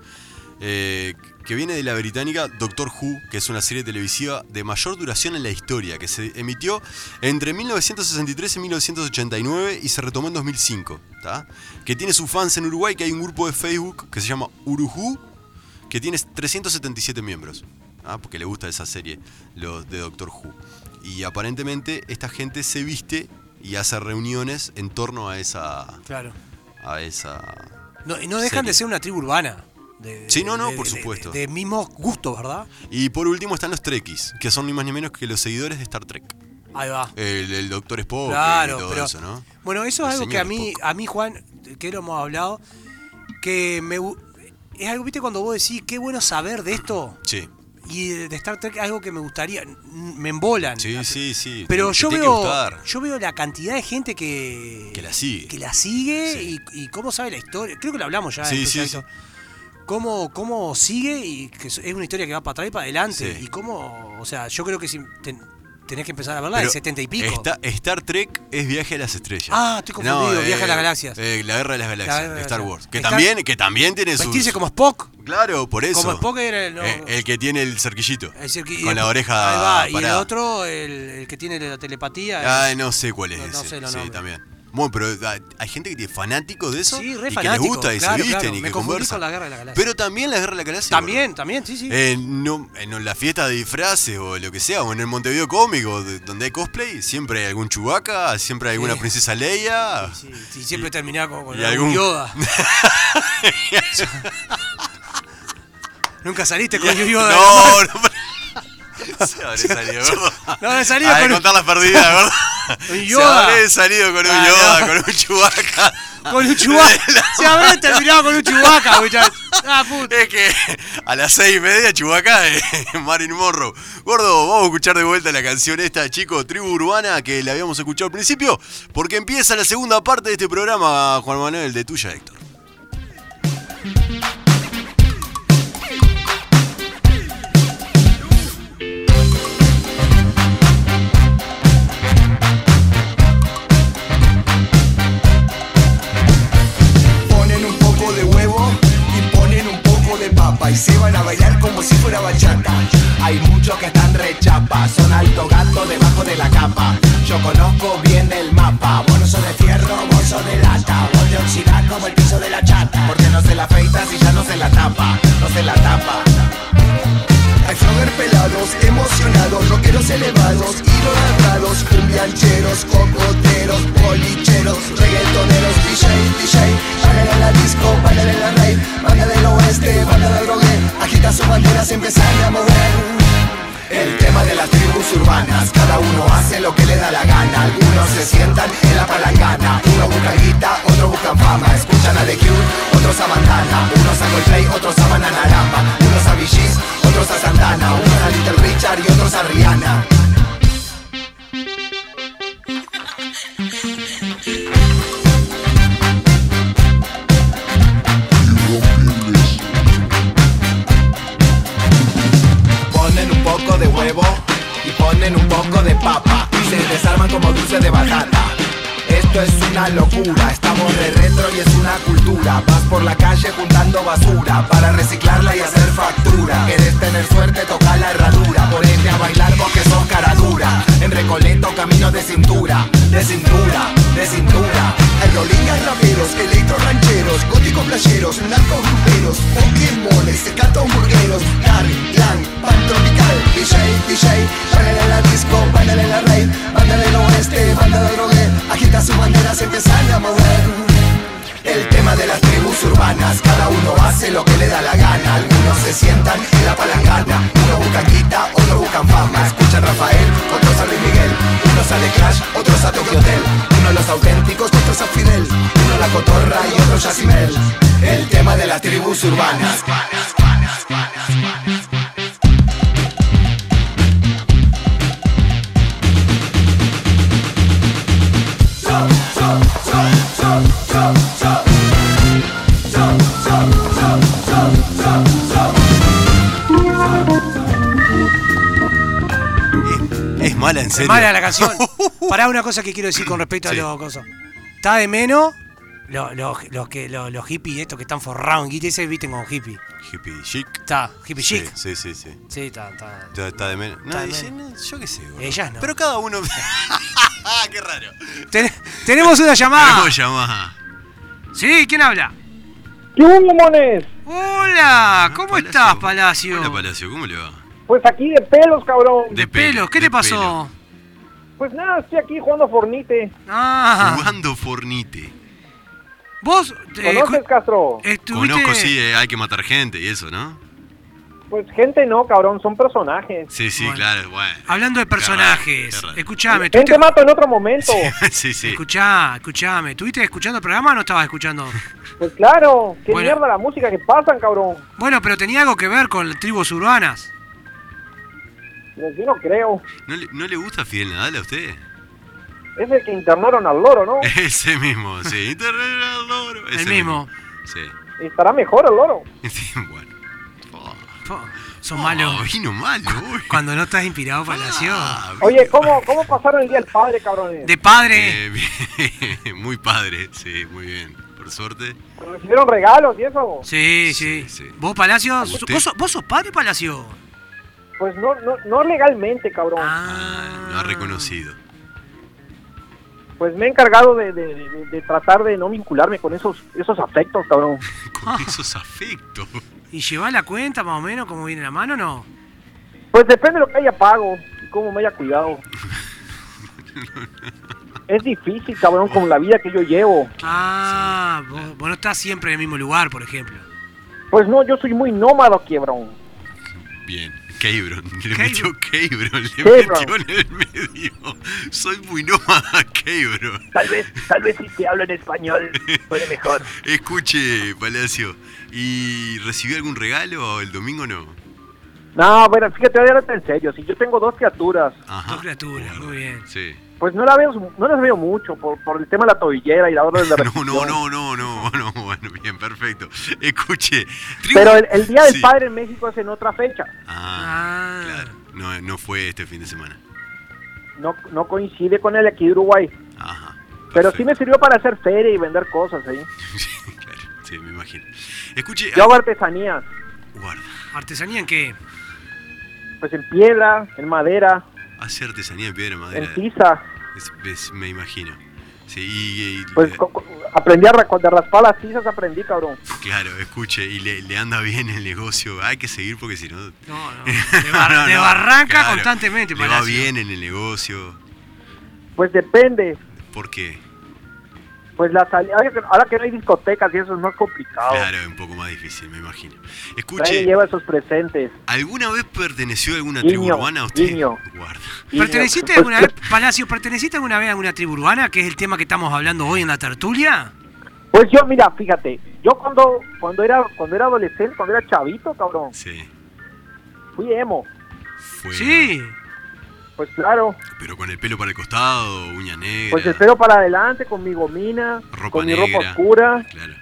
S3: eh, que viene de la británica Doctor Who, que es una serie televisiva de mayor duración en la historia, que se emitió entre 1963 y 1989 y se retomó en 2005, ¿tá? que tiene sus fans en Uruguay, que hay un grupo de Facebook que se llama Uruhu, que tiene 377 miembros. Ah, porque le gusta esa serie, los de Doctor Who. Y aparentemente esta gente se viste y hace reuniones en torno a esa.
S2: Claro.
S3: a esa.
S2: No, y no dejan
S3: Serie.
S2: de ser una tribu urbana. de-
S3: Sí, no, no,
S2: de-
S3: por
S2: de-
S3: supuesto.
S2: De, de mismos gustos, ¿verdad?
S3: Y por último están los Trekkies, que son ni más ni menos que los seguidores de Star Trek.
S2: Ahí va.
S3: El, el Doctor Spock
S2: claro,
S3: y todo
S2: pero.
S3: Oh, eso, ¿no?
S2: Bueno, eso
S3: El
S2: es algo que a
S3: señor
S2: mí,
S3: Spock.
S2: a mí, Juan, que lo hemos hablado, que me. gu- Es algo, viste, cuando vos decís, qué bueno saber de esto.
S3: Sí,
S2: Y de de Star Trek, algo que me gustaría. n- Me embolan.
S3: sí, sí, sí.
S2: Pero
S3: te- te
S2: yo
S3: tiene que
S2: veo,
S3: gustar,
S2: yo veo la cantidad de gente que,
S3: Que la sigue.
S2: que la sigue
S3: Sí.
S2: y, y cómo sabe la historia. Creo que lo hablamos ya. en
S3: Sí,
S2: tu
S3: sí,
S2: proyecto. Cómo, cómo sigue y que es es una historia que va para atrás y para adelante.
S3: Sí.
S2: Y cómo, o sea, yo creo que si ten- tenés que empezar a verla
S3: Pero
S2: de 70 y pico.
S3: esta- Star Trek es Viaje a las Estrellas.
S2: Ah, estoy confundido, Viaje a las Galaxias.
S3: eh, la Guerra de las Galaxias,
S2: Guerra de las
S3: Star
S2: Galaxias.
S3: Wars. Que,
S2: Star-
S3: también, que también tiene su.
S2: Vestirse como Spock.
S3: Claro, por eso.
S2: Como Spock era el- no.
S3: Eh, el que tiene el cerquillito.
S2: Es decir, que- y
S3: con la
S2: después-
S3: oreja
S2: ahí va, Y el
S3: parada.
S2: otro, el, el que tiene la telepatía. es-
S3: Ay, no sé cuál es
S2: No, no
S3: ese.
S2: sé los
S3: sí,
S2: nombres.
S3: también. Bueno, pero ah, hay gente que tiene fanáticos de eso
S2: Sí,
S3: y
S2: re
S3: que les
S2: fanático,
S3: gusta y se
S2: claro,
S3: visten
S2: claro,
S3: y
S2: me
S3: que
S2: confundí
S3: conversan.
S2: con la Guerra de las Galaxias.
S3: Pero también la Guerra de la Galaxia.
S2: También, también, sí, sí.
S3: Eh, no, en la fiesta de disfraces o lo que sea, o en el Montevideo Cómico, de- donde hay cosplay, siempre hay algún Chewbacca, siempre hay alguna
S2: Sí.
S3: princesa Leia.
S2: Sí, sí, siempre terminaba con, con
S3: y
S2: algún
S3: algún-
S2: Yoda. Nunca saliste con un Yoda.
S3: No, no, pero- Se habré salido, ¿verdad?
S2: No habré salido
S3: Ah, de
S2: con un-
S3: contar las perdidas, ¿verdad?
S2: Un Yoda.
S3: Se habré salido con un
S2: Ah,
S3: Yoda,
S2: no.
S3: con un Chewbacca.
S2: Con un Chewbacca. Se habrá terminado con un Chewbacca, muchachos. Ah, puta.
S3: Es que a las seis y media, Chewbacca de Marin Morro. Gordo, vamos a escuchar de vuelta la canción esta, chicos, Tribu Urbana, que la habíamos escuchado al principio, porque empieza la segunda parte de este programa, Juan Manuel, de tuya, Héctor.
S4: Ponen un poco de huevo y ponen un poco de papa y se van a bailar como si fuera bachata. Hay muchos que están rechapa, son alto gato debajo de la capa. Yo conozco bien el mapa, vos no sos de fierro, vos sos de lata, vos de oxidar como el piso de la chata. Porque no se la afeitas y ya no se la tapa, no se la tapa.
S5: Hay flogger pelados, emocionados, rockeros elevados y dorados, cumbiancheros, cocoteros, policheros, reggaetoneros, DJ, DJ, bailan en la disco, bailan en la rave, banda del oeste, banda del drogue, agita su bandera, se empiezan a mover.
S4: El tema de las tribus urbanas, cada uno hace lo que le da la gana. Algunos se sientan en la palangana, unos buscan guita, otros buscan fama. Escuchan a The Cure, otros a Bandana, unos a Coldplay, otros a Banana Rama, unos a Vigis, otros a Santana, unos a Little Richard y otros a Rihanna. Ponen un poco de huevo y ponen un poco de papa y se desarman como dulce de batata. Esto es una locura, estamos de retro y es una cultura. Vas por la calle juntando basura para reciclarla y hacer factura. Querés tener suerte, toca la herradura. Ponete a bailar porque sos cara dura. En Recoleto camino de cintura, de cintura, de cintura.
S5: Hay rolingas raperos, electro rancheros, góticos playeros, narcos gruperos, pokémones, secatos murgueros, Gary, Lang, pan tropical, DJ, DJ, bailan en la disco, bailan en la rave, banda del oeste, banda de drogue, agita sus banderas, se empiezan a mover.
S4: El tema de las tribus urbanas, cada uno hace lo que le da la gana. Algunos se sientan en la palangana, unos buscan guita, otros buscan fama. Escuchan Rafael, otros a Luis Miguel, unos a The Clash, otros a Tokyo Hotel, unos los auténticos, otros a Fidel, uno la cotorra y otro Yacimel. El tema de las tribus urbanas.
S3: Es, es mala, en serio.
S2: Mala la canción. Pará, una cosa que quiero decir con respecto
S3: Sí.
S2: a los cosas. Está de menos los, los, los que, los, los hippies estos que están forrados en guita y se visten como hippie.
S3: Hippie chic.
S2: Está, hippie
S3: Sí,
S2: chic.
S3: sí, sí. sí.
S2: Sí, está, está.
S3: Ya está de menos. No,
S2: Está de
S3: y- yo qué sé, gordo.
S2: Ellas no.
S3: Pero cada uno. qué raro.
S2: Ten- tenemos una llamada.
S3: ¿Cómo llamás?
S2: Sí, ¿quién habla?
S6: ¿Qué hubo, mones?
S2: Hola, ¿cómo
S3: Palacio.
S2: estás, Palacio?
S3: Hola, Palacio, ¿cómo le va?
S6: Pues aquí de pelos, cabrón.
S2: De pelos, ¿qué
S3: de
S2: te pasó?
S6: Pues nada, estoy aquí jugando Fornite.
S2: Eh,
S3: pelo.
S2: Ah,
S3: Jugando Fornite.
S2: vos eh,
S6: ¿Conoces,
S2: escu-
S6: Castro?
S2: estuviste.
S3: Conozco, sí, eh, hay que matar gente y eso, ¿no?
S6: Pues gente no, cabrón, son personajes.
S3: Sí, sí,
S2: Bueno.
S3: claro, bueno.
S2: Hablando de
S3: Qué raro,
S2: personajes,
S3: qué raro.
S2: escuchame,
S6: Gente
S2: ¿tuviste-
S6: mato en otro momento.
S3: sí, sí.
S2: escuchá, escuchame, ¿estuviste escuchando el programa o no estabas escuchando?
S6: Pues claro, qué
S2: Bueno.
S6: mierda la música que pasan, cabrón.
S2: Bueno, pero tenía algo que ver con tribus urbanas.
S6: Pues yo no creo.
S3: ¿No le, no le gusta Fidel Nadal a usted?
S6: Es el que internaron al loro,
S2: Eh.
S6: ¿no?
S3: Ese mismo, sí. Internet al loro.
S2: El
S3: ese
S2: mismo.
S3: Sí.
S6: Estará mejor el loro.
S3: Sí, bueno. Oh,
S2: Po, Son malos.
S3: oh, vino malo, uy.
S2: Cuando no estás inspirado, Palacio.
S3: Ah,
S6: Oye, ¿cómo, cómo pasaron el día del padre, cabrones?
S2: De padre.
S3: eh, bien, muy padre, sí, muy bien. Por suerte.
S6: ¿Recibieron regalos y eso?
S2: Sí, sí.
S3: Sí, sí.
S2: ¿Vos, Palacio?
S3: ¿Usted?
S2: ¿Vos, sos- vos sos padre, Palacio?
S6: Pues
S2: Ah.
S6: no, no, no legalmente, cabrón.
S3: Ah, no ha reconocido.
S6: pues me he encargado de, de- de- de tratar de no vincularme con esos, esos afectos, cabrón.
S3: Con esos afectos.
S2: ¿Y llevás la cuenta más o menos cómo viene la mano o no?
S6: Pues depende de lo que haya pago y cómo me haya cuidado. Es difícil, cabrón, con la vida que yo llevo.
S2: Ah, vos, vos no estás siempre en el mismo lugar, por ejemplo.
S6: Pues no, yo soy muy nómado, quiebrón.
S3: Bien. Cabron, le
S2: Cabron.
S3: metió Cabron, le
S6: Cabron.
S3: metió en el medio. Soy muy nómada, Cabron.
S6: Tal vez, tal vez si te hablo en español, puede mejor.
S3: Escuche, Palacio, ¿y recibió algún regalo el domingo no?
S6: No, bueno, fíjate, ahora te en serio. Si yo tengo dos criaturas,
S3: Ajá.
S2: Dos criaturas, muy bien.
S3: Sí.
S6: pues no la veo, no las veo mucho por, por el tema de la tobillera y la hora de la
S3: No, no,
S6: recepción.
S3: no, no, no, no, bueno, bien, perfecto. Escuche. tribu-
S6: Pero el, el Día del
S3: Sí.
S6: Padre en México es en otra fecha.
S3: Ah,
S2: Ah,
S3: claro. No, no fue este fin de semana.
S6: No, no coincide con el de aquí de Uruguay.
S3: Ajá.
S6: Pero sí me sirvió para hacer feria y vender cosas ahí.
S3: sí, claro, sí, me imagino. Escuche,
S6: Yo hago artesanías,
S3: ah, guarda,
S2: ¿Artesanía en qué?
S6: pues en piedra, en madera,
S3: hace artesanía de piedra madera.
S6: en tiza.
S3: Es- es- me imagino. Sí, y, y-
S6: Pues
S3: le-
S6: co- co- aprendí a ra- cuando raspar las tizas, aprendí, cabrón.
S3: claro, escuche, y le, le anda bien el negocio. Hay que seguir porque si no.
S2: No, no. Te, bar- te barranca
S3: claro,
S2: constantemente,
S3: Le va
S2: Palacio.
S3: bien en el negocio.
S6: Pues depende.
S3: ¿Por qué?
S6: Pues la salida, ahora que- ahora que no hay discotecas y eso es más complicado.
S3: Claro, es un poco más difícil, me imagino.
S6: Nadie
S3: Escuche,
S6: lleva esos presentes.
S3: ¿alguna vez perteneció a alguna tribu
S6: Guiño,
S3: urbana usted?
S6: guiño.
S3: Guarda.
S6: Y-
S2: ¿Perteneciste
S6: pues,
S2: alguna vez, Palacio, perteneciste alguna vez a alguna tribu urbana, que es el tema que estamos hablando hoy en la tertulia?
S6: Pues yo, mira, fíjate, yo cuando cuando era cuando era adolescente, cuando era chavito, cabrón,
S3: Sí,
S6: fui emo.
S3: fue.
S2: Sí.
S6: Pues claro,
S3: Pero con el pelo para el costado, uña negra.
S6: pues el pelo para adelante, con mi gomina,
S3: Ropa
S6: con mi ropa
S3: negra.
S6: oscura,
S3: Claro.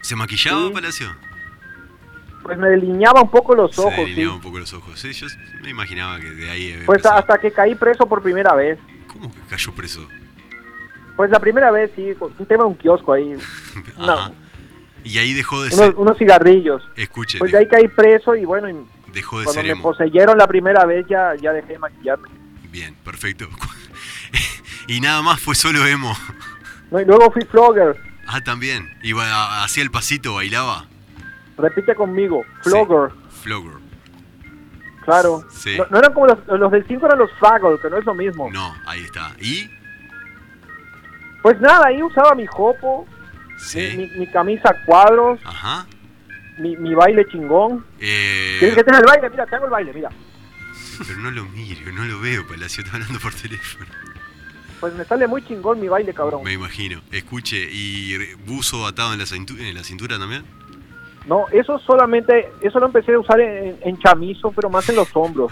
S3: ¿Se maquillaba,
S6: Sí.
S3: Palacio?
S6: pues me delineaba un poco los
S3: Se
S6: ojos,
S3: delineaba
S6: sí.
S3: un poco los ojos. Sí, yo me imaginaba que de ahí. había
S6: Pues
S3: empezado.
S6: hasta que caí preso por primera vez.
S3: ¿Cómo que cayó preso?
S6: Pues la primera vez, sí, con un tema de un kiosco ahí, No.
S3: Ajá. Y ahí dejó de
S6: unos,
S3: ser.
S6: unos cigarrillos.
S3: Escuche,
S6: Pues de
S3: de-
S6: ahí caí preso y bueno, y
S3: dejó de
S6: cuando
S3: ser
S6: me
S3: emo.
S6: poseyeron la primera vez ya, ya dejé de maquillarme.
S3: Bien, perfecto. y nada más fue solo emo.
S6: No, y luego fui flogger,
S3: Ah, también. Iba a- hacía el pasito, bailaba.
S6: repite conmigo,
S3: Sí.
S6: flogger.
S3: Flogger.
S6: Claro.
S3: Sí.
S6: No, no eran como los, los del 5 eran los Fraggles, que no es lo mismo.
S3: No, ahí está. ¿Y?
S6: Pues nada, ahí usaba mi jopo, mi,
S3: Sí. Ah.
S6: mi- mi camisa a cuadros,
S3: Ajá.
S6: mi, mi baile chingón.
S3: Eh,
S6: ¿Quieres que te haga el baile? Mira, te hago el baile, mira.
S3: pero no lo miro, no lo veo, Palacio. Está hablando por teléfono.
S6: Pues me sale muy chingón mi baile, cabrón.
S3: Me imagino. Escuche, ¿y re- buzo atado en la cintu- en la cintura también?
S6: No, eso solamente, eso lo empecé a usar en, en chamizo, pero más en los hombros.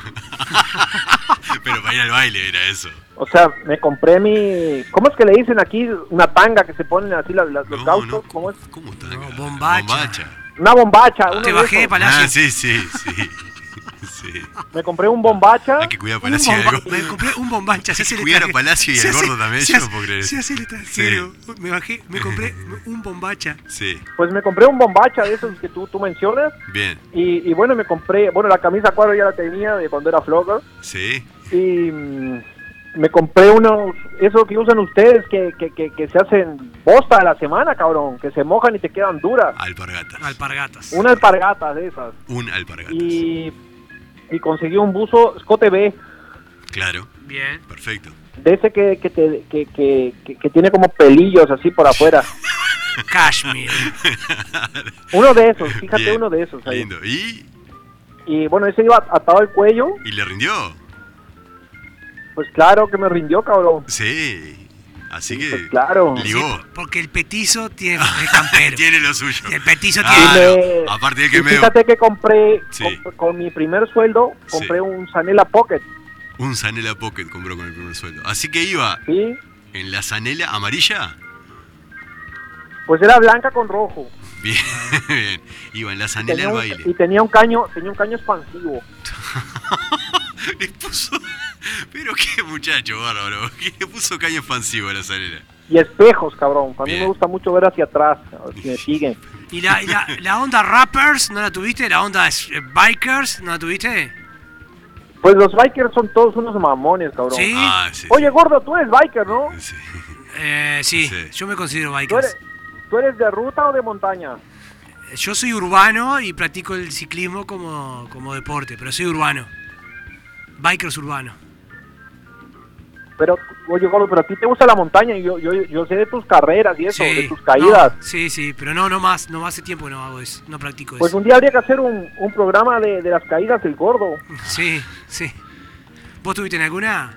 S3: Pero para ir al baile era eso.
S6: O sea, me compré mi, ¿cómo es que le dicen aquí? Una tanga que se ponen así las, las- los
S3: No,
S6: gauchos,
S3: no,
S6: ¿cómo es?
S3: ¿Cómo tanga?
S2: No, bombacha.
S6: Una bombacha. uno
S2: Te
S6: de
S2: bajé,
S6: esos.
S2: Palacio.
S3: Ah, sí, sí, sí. sí.
S6: Me compré un bombacha.
S3: Hay que cuidar a
S2: Un
S3: Palacio y
S2: bomba-
S3: al gordo.
S2: Me compré un bombacha. Se hace
S3: Cuidar
S2: letra-
S3: a Palacio y
S2: se
S3: al
S2: hace-
S3: gordo también,
S2: se
S3: yo no
S2: hace-
S3: puedo creer
S2: Se hace el extranjero. Me bajé, me compré un bombacha.
S3: Sí,
S6: Pues me compré un bombacha de esos que tú, tú mencionas.
S3: bien.
S6: Y, y bueno, me compré, bueno, la camisa cuadro ya la tenía de cuando era flogger.
S3: Sí.
S6: Y mm, me compré unos, eso que usan ustedes, que, que, que, que se hacen bosta a la semana, cabrón, que se mojan y te quedan duras.
S3: Alpargatas.
S2: Alpargatas.
S6: Una alpargata de esas.
S3: Un alpargatas.
S6: Y, y conseguí un buzo E Scote B,
S3: Claro,
S2: Bien.
S3: perfecto.
S6: de ese que, que, te- que, que, que- que tiene como pelillos así por afuera.
S2: Cashmere.
S6: Uno de esos, fíjate,
S3: Bien,
S6: uno de esos. ahí.
S3: Lindo. ¿Y?
S6: Y bueno, ese iba atado al cuello,
S3: ¿Y le rindió?
S6: pues claro que me rindió, cabrón.
S3: Sí. Así que.
S6: Pues claro.
S3: Ligó.
S2: Porque el petizo tiene el campero.
S3: Tiene lo suyo.
S2: Y el petizo
S3: Ah,
S2: tiene.
S6: me-
S3: no. Aparte de
S6: Y
S3: que me.
S6: fíjate que compré,
S3: Sí.
S6: comp- con, mi primer sueldo, compré
S3: Sí.
S6: un Sanela Pocket,
S3: Un Sanela Pocket compró con el primer sueldo. Así que iba
S6: ¿sí?
S3: en la Sanela amarilla.
S6: Pues era blanca con rojo.
S3: Bien, bien. Iba en la Sanela
S6: Tenía
S3: al
S6: un-
S3: baile.
S6: y tenía un caño, tenía un caño expansivo.
S3: Le puso. Pero qué muchacho bárbaro. que Le puso caño expansivo a la salera.
S6: Y espejos, cabrón. A mí
S3: Bien.
S6: me gusta mucho ver hacia atrás, a ver si me siguen.
S2: Y, la, y la, la onda rappers, ¿no la tuviste? La onda eh, bikers, ¿no la tuviste?
S6: Pues los bikers son todos unos mamones, cabrón.
S2: Sí.
S3: Ah, sí.
S6: Oye, gordo, tú eres biker, ¿no?
S3: sí.
S2: Eh, sí,
S3: Sí.
S2: yo me considero
S6: ¿Tú
S2: biker.
S6: eres, ¿Tú eres de ruta o de montaña?
S2: Eh, Yo soy urbano y practico el ciclismo como, como deporte, pero soy urbano. Bikers urbano.
S6: Pero, oye, gordo, pero a ti te gusta la montaña y yo, yo, yo sé de tus carreras y eso,
S2: Sí,
S6: de tus caídas.
S2: no, sí, sí, pero no, no más, no hace tiempo que no hago eso, no practico
S6: Pues
S2: eso.
S6: un día habría que hacer un, un programa de, de las caídas del gordo.
S2: Sí, sí. ¿Vos tuviste en alguna?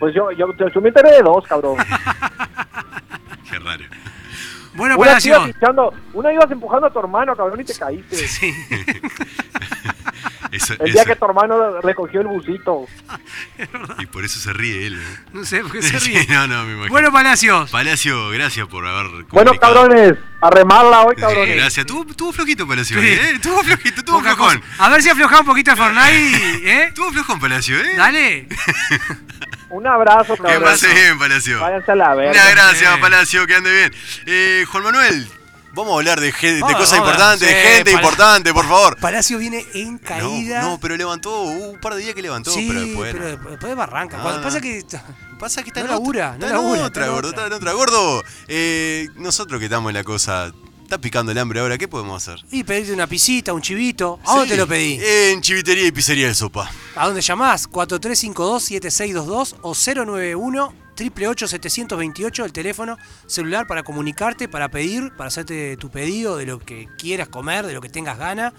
S6: Pues yo, yo, yo, yo me enteré de dos, cabrón.
S3: Qué raro.
S2: Bueno,
S6: una, te ibas
S2: Palacio.
S6: hinchando- una ibas empujando a tu hermano, cabrón, y te caíste.
S2: Sí.
S3: Eso-
S6: El día
S3: eso-
S6: que tu hermano recogió el busito.
S3: Y por eso se ríe él. ¿eh?
S2: No sé por qué se
S3: Sí,
S2: ríe.
S3: no, no, me imagino.
S2: Bueno, Palacios.
S3: Palacio, gracias por haber.
S6: Bueno,
S3: comunicado.
S6: cabrones, a remarla hoy,
S3: Sí,
S6: cabrones.
S3: gracias. Tuvo, tuvo flojito Palacio,
S2: Sí.
S3: ¿eh? Tuvo flojito, tuvo
S2: Poca
S3: flojón.
S2: cosa. A ver si aflojaba un poquito el Fortnite, y- ¿eh?
S3: Tuvo flojón Palacio, ¿eh?
S2: Dale.
S6: Un abrazo,
S3: que
S6: cabrones.
S3: pase bien, Palacio.
S6: Váyanse a la verga.
S3: Una gracias,
S2: Sí.
S3: Palacio, que ande bien. Eh, Juan Manuel, vamos a hablar de, gen- de
S2: Vamos,
S3: cosas
S2: vamos,
S3: importantes, de
S2: sí,
S3: gente
S2: Pala-
S3: importante, por favor.
S2: Palacio viene en caída.
S3: No, no, pero levantó, hubo un par de días que levantó,
S2: sí,
S3: pero después. no.
S2: después barranca.
S3: No,
S2: Cuando
S3: no.
S2: pasa que.
S3: Pasa que está
S2: No
S3: en
S2: labura,
S3: otra. está
S2: no
S3: en
S2: labura,
S3: otra,
S2: está en
S3: gordo,
S2: otra.
S3: está en otra. Gordo, eh, nosotros que estamos en la cosa, está picando el hambre ahora, ¿qué podemos hacer?
S2: Y pedirte una pisita, un chivito. ¿A dónde
S3: Sí,
S2: Ah, te lo pedí?
S3: En Chivitería y Pizzería del Sopa.
S2: ¿A dónde llamás? 4352-7622 o 091-888-728, el teléfono celular para comunicarte, para pedir, para hacerte tu pedido de lo que quieras comer, de lo que tengas ganas.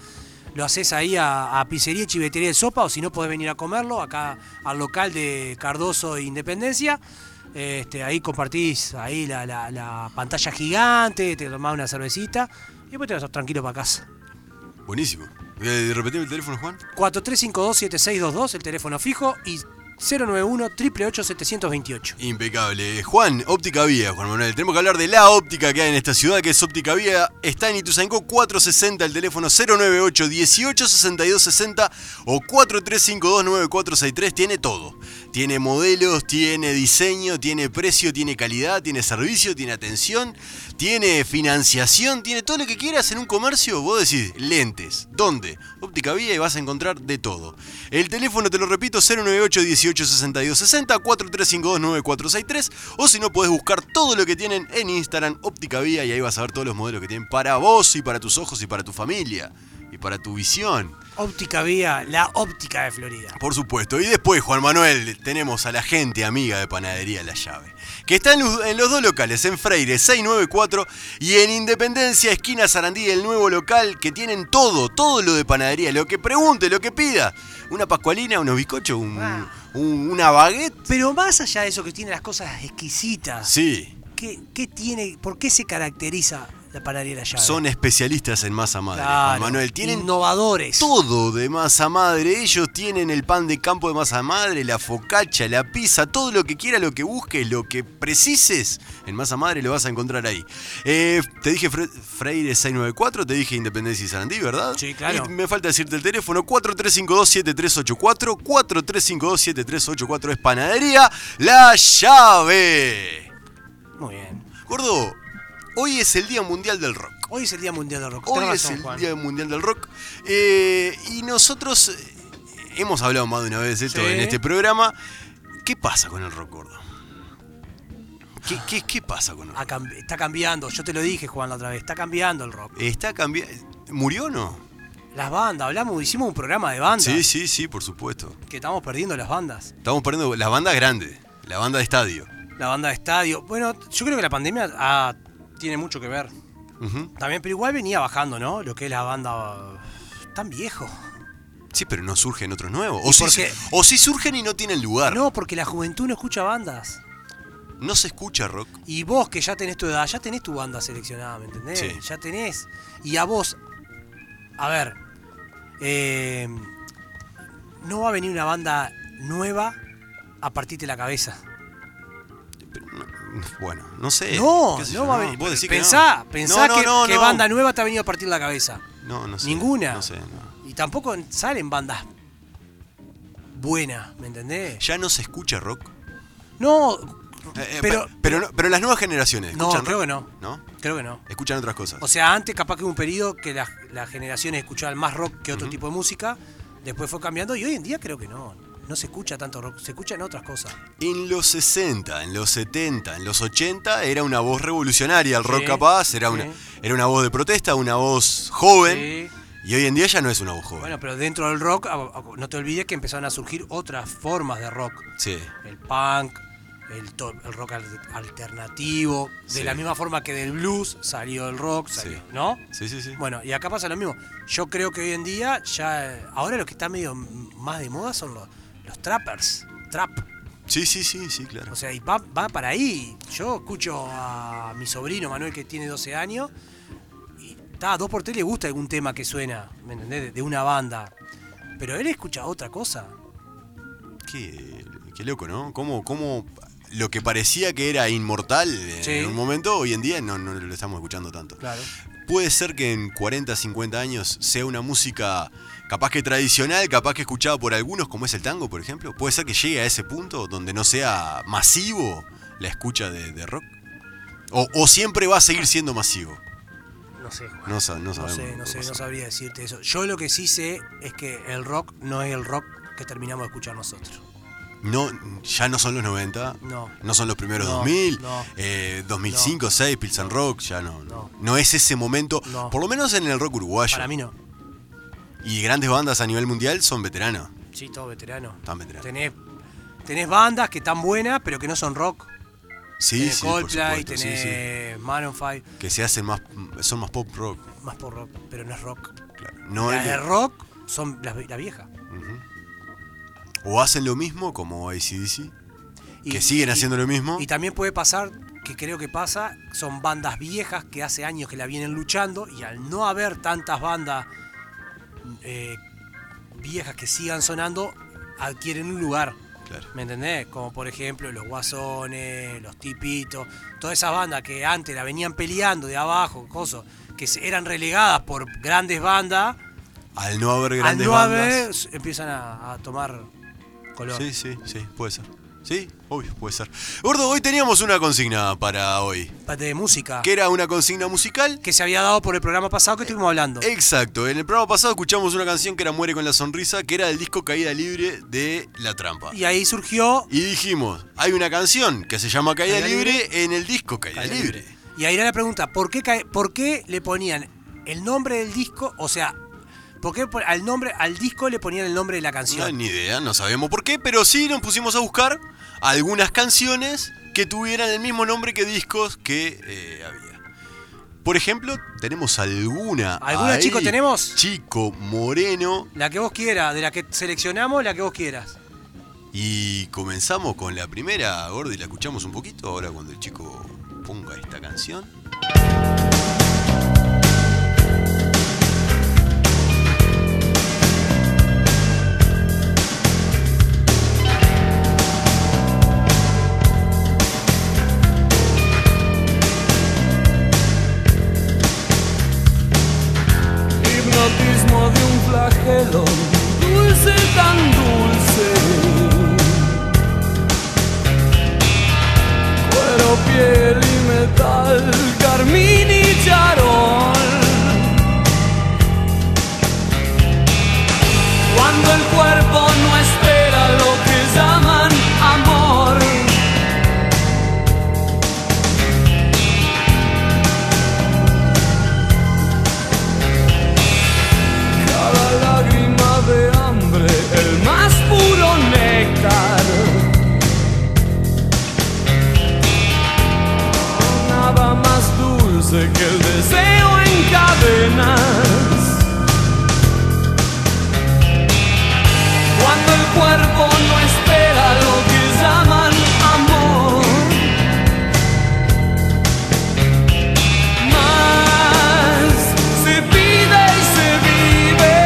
S2: Lo haces ahí a, a Pizzería y Chivetería de Sopa o si no podés venir a comerlo acá al local de Cardoso e Independencia. Este, ahí compartís ahí la, la- la pantalla gigante, te tomás una cervecita y después te vas tranquilo para casa.
S3: Buenísimo. Eh, ¿Repetimos el teléfono, Juan?
S2: 4352-7622, el teléfono fijo, y 091-888-728.
S3: Impecable. Eh, Juan, óptica vía, Juan Manuel. Tenemos que hablar de la óptica que hay en esta ciudad, que es óptica vía. Está en Ituzaingó 460, el teléfono 098 186260 o 43529463. Tiene todo. Tiene modelos, tiene diseño, tiene precio, tiene calidad, tiene servicio, tiene atención, tiene financiación, tiene todo lo que quieras en un comercio. Vos decís, lentes, ¿dónde? Óptica Vía y vas a encontrar de todo. El teléfono, te lo repito, 098 18 62 60 4352 9463 o si no podés buscar todo lo que tienen en Instagram Óptica Vía y ahí vas a ver todos los modelos que tienen para vos y para tus ojos y para tu familia y para tu visión.
S2: Óptica Vía, la óptica de Florida.
S3: Por supuesto. Y después, Juan Manuel, tenemos a la gente amiga de Panadería La Llave, que está en los, en los dos locales, en Freire 694 y en Independencia, esquina Sarandí, el nuevo local, que tienen todo, todo lo de panadería, lo que pregunte, lo que pida. Una pascualina, unos bizcochos, un-
S2: Ah.
S3: un- una baguette.
S2: Pero más allá de eso que tiene las cosas exquisitas,
S3: Sí,
S2: ¿qué, qué tiene, ¿por qué se caracteriza la panadería de la llave?
S3: son especialistas en masa madre, Juan
S2: Claro,
S3: Manuel. Tienen
S2: innovadores.
S3: todo de masa madre. Ellos tienen el pan de campo de masa madre, la focacha, la pizza, todo lo que quieras, lo que busques, lo que precises. En masa madre lo vas a encontrar ahí. Eh, te dije Fre- Freire 694, te dije Independencia y Sarandí, ¿verdad?
S2: Sí, claro.
S3: Y me falta decirte el teléfono 4352-7384. 4352-7384 es panadería. La llave.
S2: Muy bien.
S3: Gordo, hoy es el Día Mundial del Rock.
S2: Hoy es el Día Mundial del Rock.
S3: Hoy
S2: tenés
S3: es
S2: razón,
S3: el
S2: Juan.
S3: Día Mundial del Rock. eh, y nosotros eh, hemos hablado más de una vez de esto
S2: Sí.
S3: en este programa. ¿Qué pasa con el rock gordo? ¿Qué, qué- qué pasa con el
S2: Ha
S3: rock?
S2: cambi- está cambiando, yo te lo dije, Juan, la otra vez. Está cambiando el rock.
S3: ¿Está cambiando? ¿Murió o no?
S2: Las bandas, hablamos, hicimos un programa de bandas.
S3: Sí, sí, sí, por supuesto.
S2: Que estamos perdiendo las bandas.
S3: Estamos perdiendo las bandas grandes, la banda de estadio.
S2: La banda de estadio. Bueno, yo creo que la pandemia ah, tiene mucho que ver.
S3: Ujú.
S2: También, pero igual venía bajando, ¿no? Lo que es la banda uh, tan viejo.
S3: Sí, pero no surgen otros nuevos. O
S2: ¿Y
S3: sí,
S2: por qué?
S3: o sí surgen y no tienen lugar. No,
S2: No, porque la juventud no escucha bandas.
S3: se escucha rock.
S2: Y vos que ya tenés tu edad, ya tenés tu banda seleccionada, ¿me entendés?
S3: Sí.
S2: Ya tenés. Y a vos, a ver, eh, no va a venir una banda nueva a partirte la cabeza.
S3: Pero no- bueno, no sé.
S2: no,
S3: Eh, qué sé
S2: no
S3: yo,
S2: va a venir.
S3: Vos decís que no.
S2: pensá, pensá
S3: No, no,
S2: que,
S3: no,
S2: que
S3: no.
S2: banda nueva te ha venido a partir la cabeza.
S3: No, no sé.
S2: Ninguna.
S3: No sé, no.
S2: Y tampoco salen bandas buenas, ¿me entendés?
S3: Ya no se escucha rock.
S2: No,
S3: Eh, eh,
S2: pero
S3: pe- pero, no- pero las nuevas generaciones.
S2: No,
S3: escuchan
S2: creo
S3: rock?
S2: que no.
S3: ¿No?
S2: creo que no.
S3: Escuchan otras cosas.
S2: O sea, antes capaz que hubo un periodo que las, las generaciones escuchaban más rock que otro tipo de música. Después fue cambiando y hoy en día creo que no. No se escucha tanto rock, se escuchan otras cosas.
S3: En los 60, en los 70, en los 80 era una voz revolucionaria el rock
S2: Sí,
S3: capaz, era,
S2: sí.
S3: una, era una voz de protesta, una voz joven.
S2: Sí.
S3: Y hoy en día ya no es una voz joven.
S2: Bueno, pero dentro del rock, a- a- no te olvides que empezaron a surgir otras formas de rock.
S3: sí.
S2: El punk, el, to- el rock al- alternativo. De
S3: Sí.
S2: la misma forma que del blues salió el rock, salió,
S3: Sí.
S2: ¿no?
S3: sí, sí, sí.
S2: Bueno, y acá pasa lo mismo. Yo creo que hoy en día, ya eh, ahora lo que está medio m- más de moda son los, los trappers. Trap.
S3: Sí, sí, sí, sí, claro.
S2: O sea, y va, va para ahí. Yo escucho a mi sobrino Manuel, que tiene 12 años, y está a dos por tres le gusta algún tema que suena, ¿me entendés? De, de una banda. Pero él escucha otra cosa.
S3: Qué, qué loco, ¿no? ¿Cómo, cómo lo que parecía que era inmortal eh, en
S2: Sí.
S3: un momento, hoy en día no, no lo estamos escuchando tanto.
S2: Claro.
S3: Puede ser que en 40, 50 años sea una música capaz que tradicional, capaz que escuchada por algunos, como es el tango, por ejemplo. Puede ser que llegue a ese punto donde no sea masivo la escucha de, de rock. O, o siempre va a seguir siendo masivo.
S2: No sé, Juan.
S3: No, sa- no
S2: No
S3: sabemos.
S2: sé, no
S3: qué
S2: sé,
S3: pasa.
S2: no sabría decirte eso. Yo lo que sí sé es que el rock no es el rock que terminamos de escuchar nosotros.
S3: No, ya no son los 90.
S2: No.
S3: No son los primeros
S2: No,
S3: 2000.
S2: no.
S3: eh, 2005, 2006, Pilsen Rock, ya no, no.
S2: No.
S3: No es ese momento,
S2: No.
S3: por lo menos en el rock uruguayo.
S2: Para mí no.
S3: Y grandes bandas a nivel mundial son veteranos.
S2: Sí, todo veterano.
S3: Están veteranos.
S2: Tenés, tenés bandas que están buenas, pero que no son rock.
S3: Sí,
S2: tenés
S3: sí, por
S2: Coldplay,
S3: supuesto, sí,
S2: tenés Maroon 5,
S3: sí. Que se hacen más, son más pop rock.
S2: más por rock, pero no es rock.
S3: claro. No
S2: las
S3: es-
S2: de rock son las, ve- las viejas.
S3: o hacen lo mismo como ACDC,
S2: Y-
S3: que siguen
S2: y-
S3: haciendo lo mismo.
S2: Y también puede pasar, que creo que pasa, son bandas viejas que hace años que la vienen luchando y al no haber tantas bandas eh, viejas que sigan sonando, adquieren un lugar.
S3: Claro.
S2: ¿Me entendés? Como por ejemplo los Guasones, los Tipitos, todas esas bandas que antes la venían peleando de abajo, cosas, que se- eran relegadas por grandes bandas,
S3: Al no haber
S2: al
S3: grandes
S2: no
S3: bandas.
S2: haber, s- empiezan a, a tomar color.
S3: Sí, sí, sí, puede ser. Sí, obvio, puede ser. Gordo, hoy teníamos una consigna para hoy,
S2: De música.
S3: que era una consigna musical
S2: que se había dado por el programa pasado que estuvimos hablando.
S3: Eh, Exacto, en el programa pasado escuchamos una canción que era Muere con la Sonrisa, que era del disco Caída Libre de La Trampa.
S2: Y ahí surgió.
S3: Y dijimos, hay una canción que se llama Caída,
S2: Caída
S3: Libre, en el disco Caída, Libre.
S2: Y ahí era la pregunta: ¿por qué, cae- ¿por qué le ponían el nombre del disco? O sea, ¿por qué po- al, nombre, al disco le ponían el nombre de la
S3: No hay
S2: canción?
S3: ni idea, no sabemos por qué, pero sí nos pusimos a buscar algunas canciones que tuvieran el mismo nombre que discos que eh, había. Por ejemplo, tenemos alguna.
S2: ¿Alguna,
S3: ahí?
S2: chico, tenemos?
S3: Chico Moreno.
S2: La que vos quieras, de la que seleccionamos, la que vos quieras.
S3: Y comenzamos con la primera, Gordy, la escuchamos un poquito ahora cuando el chico ponga esta canción.
S7: hipnotismo de un flagelo dulce tan dulce cuero piel y metal carmín y charol cuando el cuerpo no espera lo que llaman amor cada lágrima de hambre, el más puro néctar. Nada más dulce que el deseo en cadenas. Cuando el cuerpo no espera lo que llaman amor. más se pide y se vive.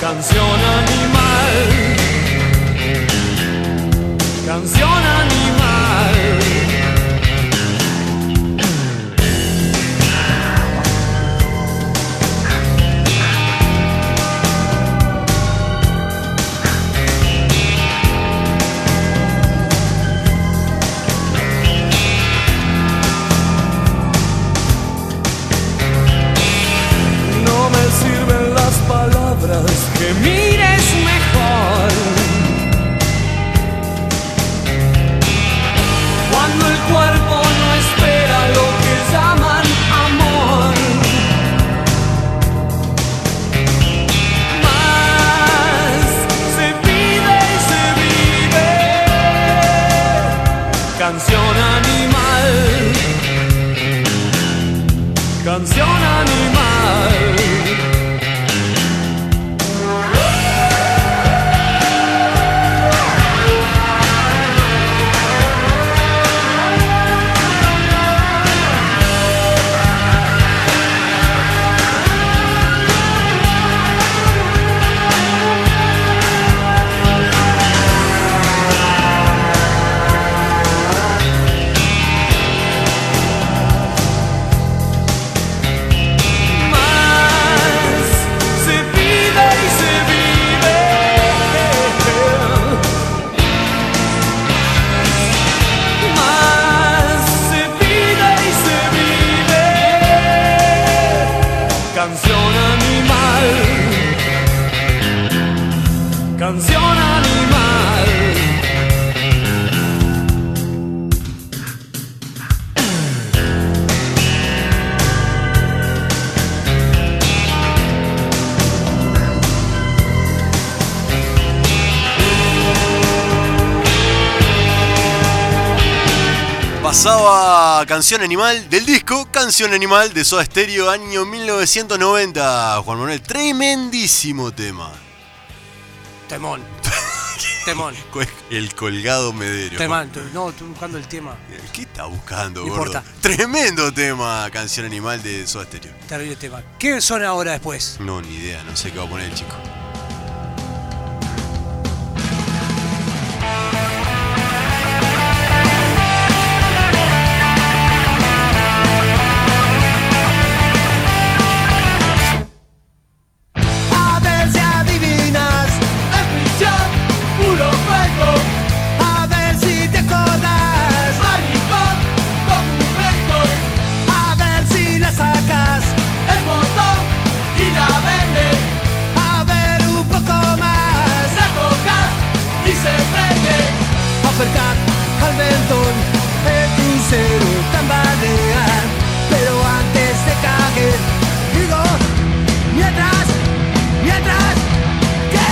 S7: Canción animal, canción animal. No me sirven las palabras adopción animal.
S3: Pasaba Canción Animal del disco Canción Animal de Soda Stereo año 1990. Juan Manuel, tremendísimo tema.
S2: Temón. Temón.
S3: Cu- El colgado medero.
S2: Temón. Tú- No, estoy buscando el tema.
S3: ¿Qué está buscando,
S2: No
S3: gordo?
S2: importa.
S3: Tremendo tema, Canción Animal de Soda Stereo.
S2: Terrible tema. ¿Qué son ahora después?
S3: No, ni idea, no sé qué va a poner el chico.
S4: A ver si adivinas Es misión, puro fuego A ver si te jodas Maricón, con un récord A ver si la sacas El motor y la vende A ver un poco más La coca y se prende Uppercut al mentón El crucero tambalea Pero antes te cague Digo, mientras mientras que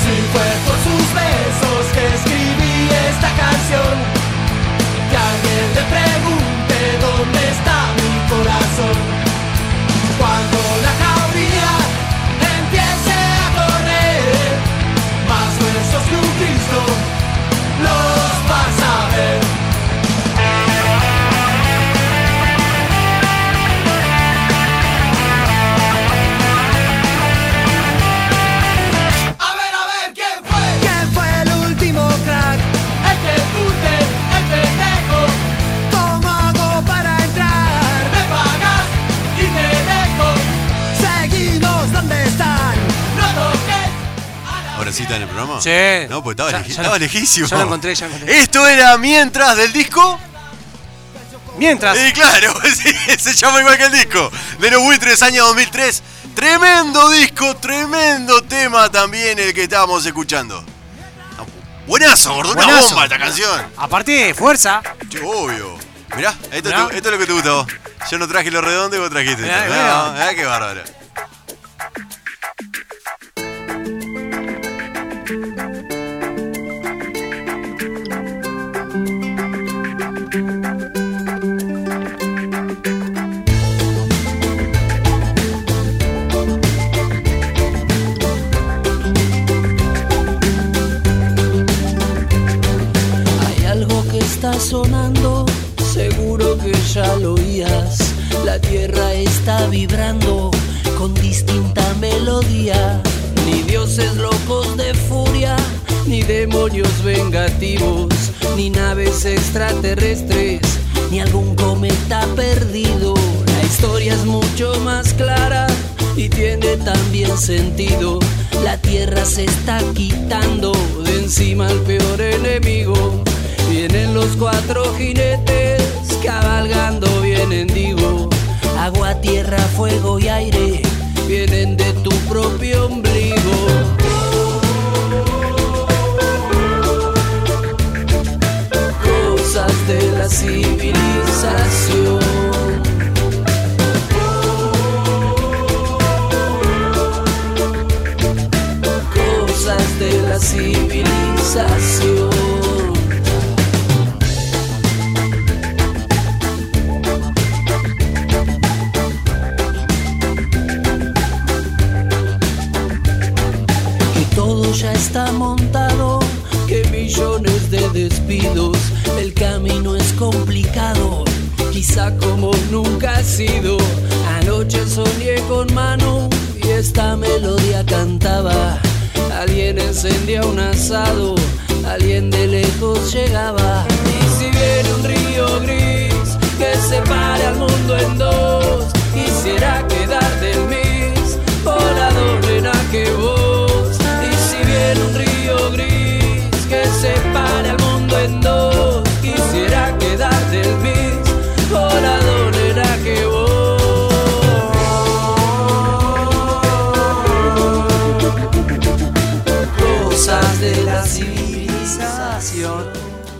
S4: si fue por sus besos que escribí esta canción que alguien te pregunte dónde está mi corazón cuando la jauría empiece a correr más versos que un Cristo los vas a ver A ver, a ver, ¿quién fue? ¿Quién fue el último crack? Este pute, el pendejo. ¿Cómo hago para entrar? Me pagas y te dejo. Seguimos, ¿dónde están? No toques.
S3: ¿Ahora sí está en el programa?
S2: Sí.
S3: No, pues estaba,
S2: Ya-
S3: leji-
S2: ya lo-
S3: estaba lejísimo.
S2: ya lo encontré, ya lo encontré.
S3: Esto era mientras del disco.
S2: Mientras.
S3: Y claro, sí, se llama igual que el disco. De los Buitres, año 2003. Tremendo disco, tremendo tema también el que estábamos escuchando. Ah, Buenazo, gordo, una
S2: Buenazo.
S3: bomba esta canción.
S2: Aparte, fuerza.
S3: Che, obvio. Mirá, esto,
S2: Mirá.
S3: te- esto es lo que te gusta a vos. Yo no traje lo redondo y vos trajiste
S2: Mirá,
S3: esto.
S2: mirá.
S3: No, mirá qué bárbaro.
S8: Hay algo que está sonando, seguro que ya lo oías. La tierra está vibrando con distinta melodía. Ni dioses locos de furia, ni demonios vengativos, ni naves extraterrestres, ni algún cometa perdido. La historia es mucho más clara y tiene también sentido. La tierra se está quitando de encima al peor enemigo. Vienen los cuatro jinetes cabalgando, vienen digo. Agua, tierra, fuego y aire vienen de tu propio ombligo. Cosas de la civilización. cosas de la civilización. Que todo ya está montado, que millones de despidos, el camino es complicado, quizá como nunca ha sido. Anoche soñé con mano y esta melodía cantaba. Alguien encendía un asado, alguien de lejos llegaba. Y si viene un río gris que separe al mundo en dos, quisiera quedar del mis volador en que vos. Y si viene un río gris que separe al mundo en dos, quisiera quedar del mis volador en que vos. nuestra civilización.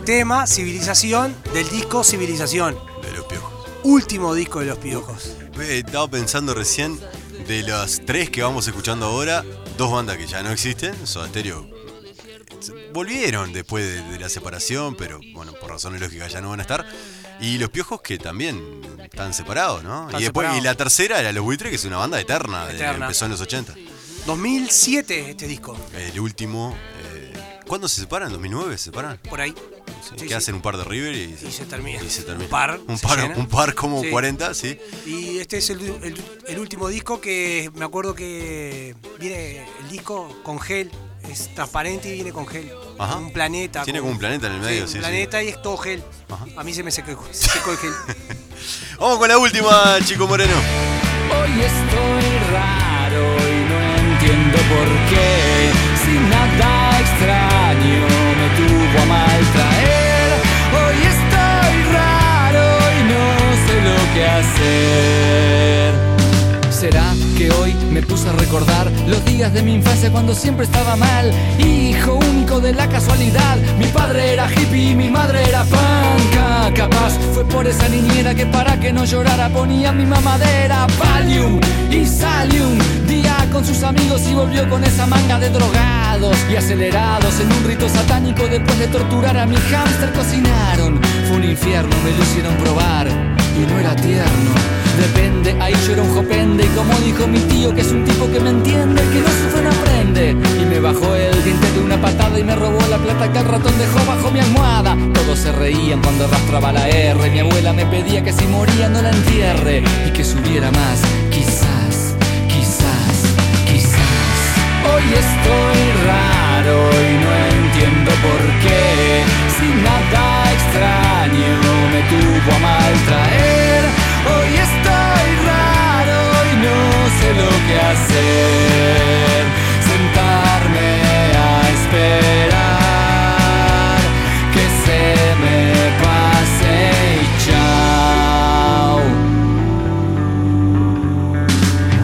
S2: Tema Civilización del disco Civilización.
S3: de los piojos.
S2: Último disco de los piojos.
S3: Eh, Estaba pensando recién, de las tres que vamos escuchando ahora, dos bandas que ya no existen, Soda Stereo, eh, volvieron después de, de la separación, pero bueno, por razones lógicas ya no van a estar. Y Los Piojos que también están separados, ¿no?
S2: Están
S3: y, después,
S2: separados.
S3: y la tercera era Los Buitres, que es una banda eterna, de-
S2: Eterna.
S3: empezó en los 80.
S2: 2007 este disco,
S3: El último... eh, ¿Cuándo se separan? ¿2009 se separan?
S2: por ahí. Sí,
S3: que
S2: sí.
S3: hacen un par de River y se,
S2: Y se termina.
S3: y se termina.
S2: Un par,
S3: Un
S2: se
S3: par,
S2: llena.
S3: un par como
S2: Sí.
S3: 40, sí.
S2: Y este es el, el- el último disco que me acuerdo que viene el disco con gel. Es transparente y viene con gel.
S3: Ajá.
S2: Un planeta.
S3: Tiene
S2: con-
S3: como un planeta en el medio,
S2: un
S3: sí, sí.
S2: planeta y es todo gel.
S3: Ajá.
S2: A mí se me secó, el- se secó el gel.
S3: Vamos con la última, Chico Moreno.
S4: Hoy estoy raro y no entiendo por qué. Sin nada extraño me tuvo a maltraer. Hoy estoy raro y no sé lo que hacer. ¿Será que hoy me puse a recordar los días de mi infancia cuando siempre estaba mal? Hijo único de la casualidad, mi padre era hippie y mi madre era panca. Capaz fue por esa niñera que para que no llorara ponía mi mamadera Valium y Salium. Día con sus amigos y volvió con esa manga de drogados y acelerados en un rito satánico después de torturar a mi hámster cocinaron. Fue un infierno, me lo hicieron probar y no era tierno. Depende, ahí yo era un jopende Y como dijo mi tío que es un tipo que me entiende El que no sufre no aprende Y me bajó el diente de una patada Y me robó la plata que el ratón dejó bajo mi almohada Todos se reían cuando arrastraba la R Mi abuela me pedía que si moría no la entierre Y que subiera más, quizás, quizás, quizás Hoy estoy raro y no entiendo por qué. Sin nada extraño me tuvo a maltraer. Hoy estoy raro y no sé lo que hacer. Sentarme a esperar que se me pase y chao.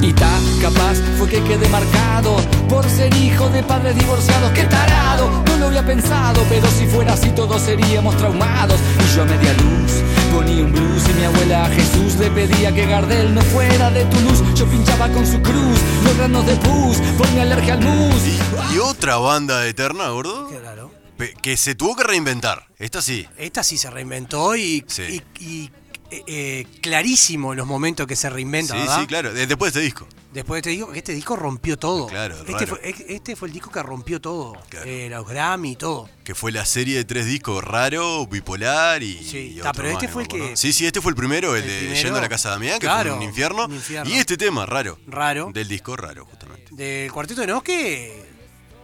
S4: Y ta, capaz fue que quedé marcado por ser hijo de padres divorciados. ¡Qué tarado! No lo había pensado, pero si fuera así todos seríamos traumados. Y yo a media luz ponía un blues y mi abuela a Jesús le pedía que Gardel no fuera de tu luz. Yo pinchaba con su cruz los granos de pus por mi alergia al mus.
S3: Y, y otra banda eterna, gordo,
S2: Claro.
S3: pe- que se tuvo que reinventar. Esta sí.
S2: Esta sí se reinventó y,
S3: Sí.
S2: y- y, eh, eh, clarísimo los momentos que se reinventa,
S3: sí,
S2: ¿verdad?
S3: sí, claro. de- Después de este disco.
S2: Después de este disco, este disco rompió todo.
S3: Claro,
S2: este,
S3: raro.
S2: fue, e- este fue el disco que rompió todo.
S3: Claro.
S2: Eh, los Grammy y todo.
S3: Que fue la serie de tres discos, Raro, Bipolar y.
S2: Sí,
S3: y
S2: ta,
S3: otro
S2: pero este
S3: no
S2: fue el
S3: me acuerdo.
S2: que-
S3: Sí, sí, este fue el primero, el,
S2: el
S3: de
S2: primero.
S3: Yendo a la Casa de Damián, que
S2: Claro,
S3: fue un infierno.
S2: un infierno.
S3: Y este tema, Raro.
S2: Raro.
S3: Del disco Raro, justamente.
S2: Del cuarteto de Nos que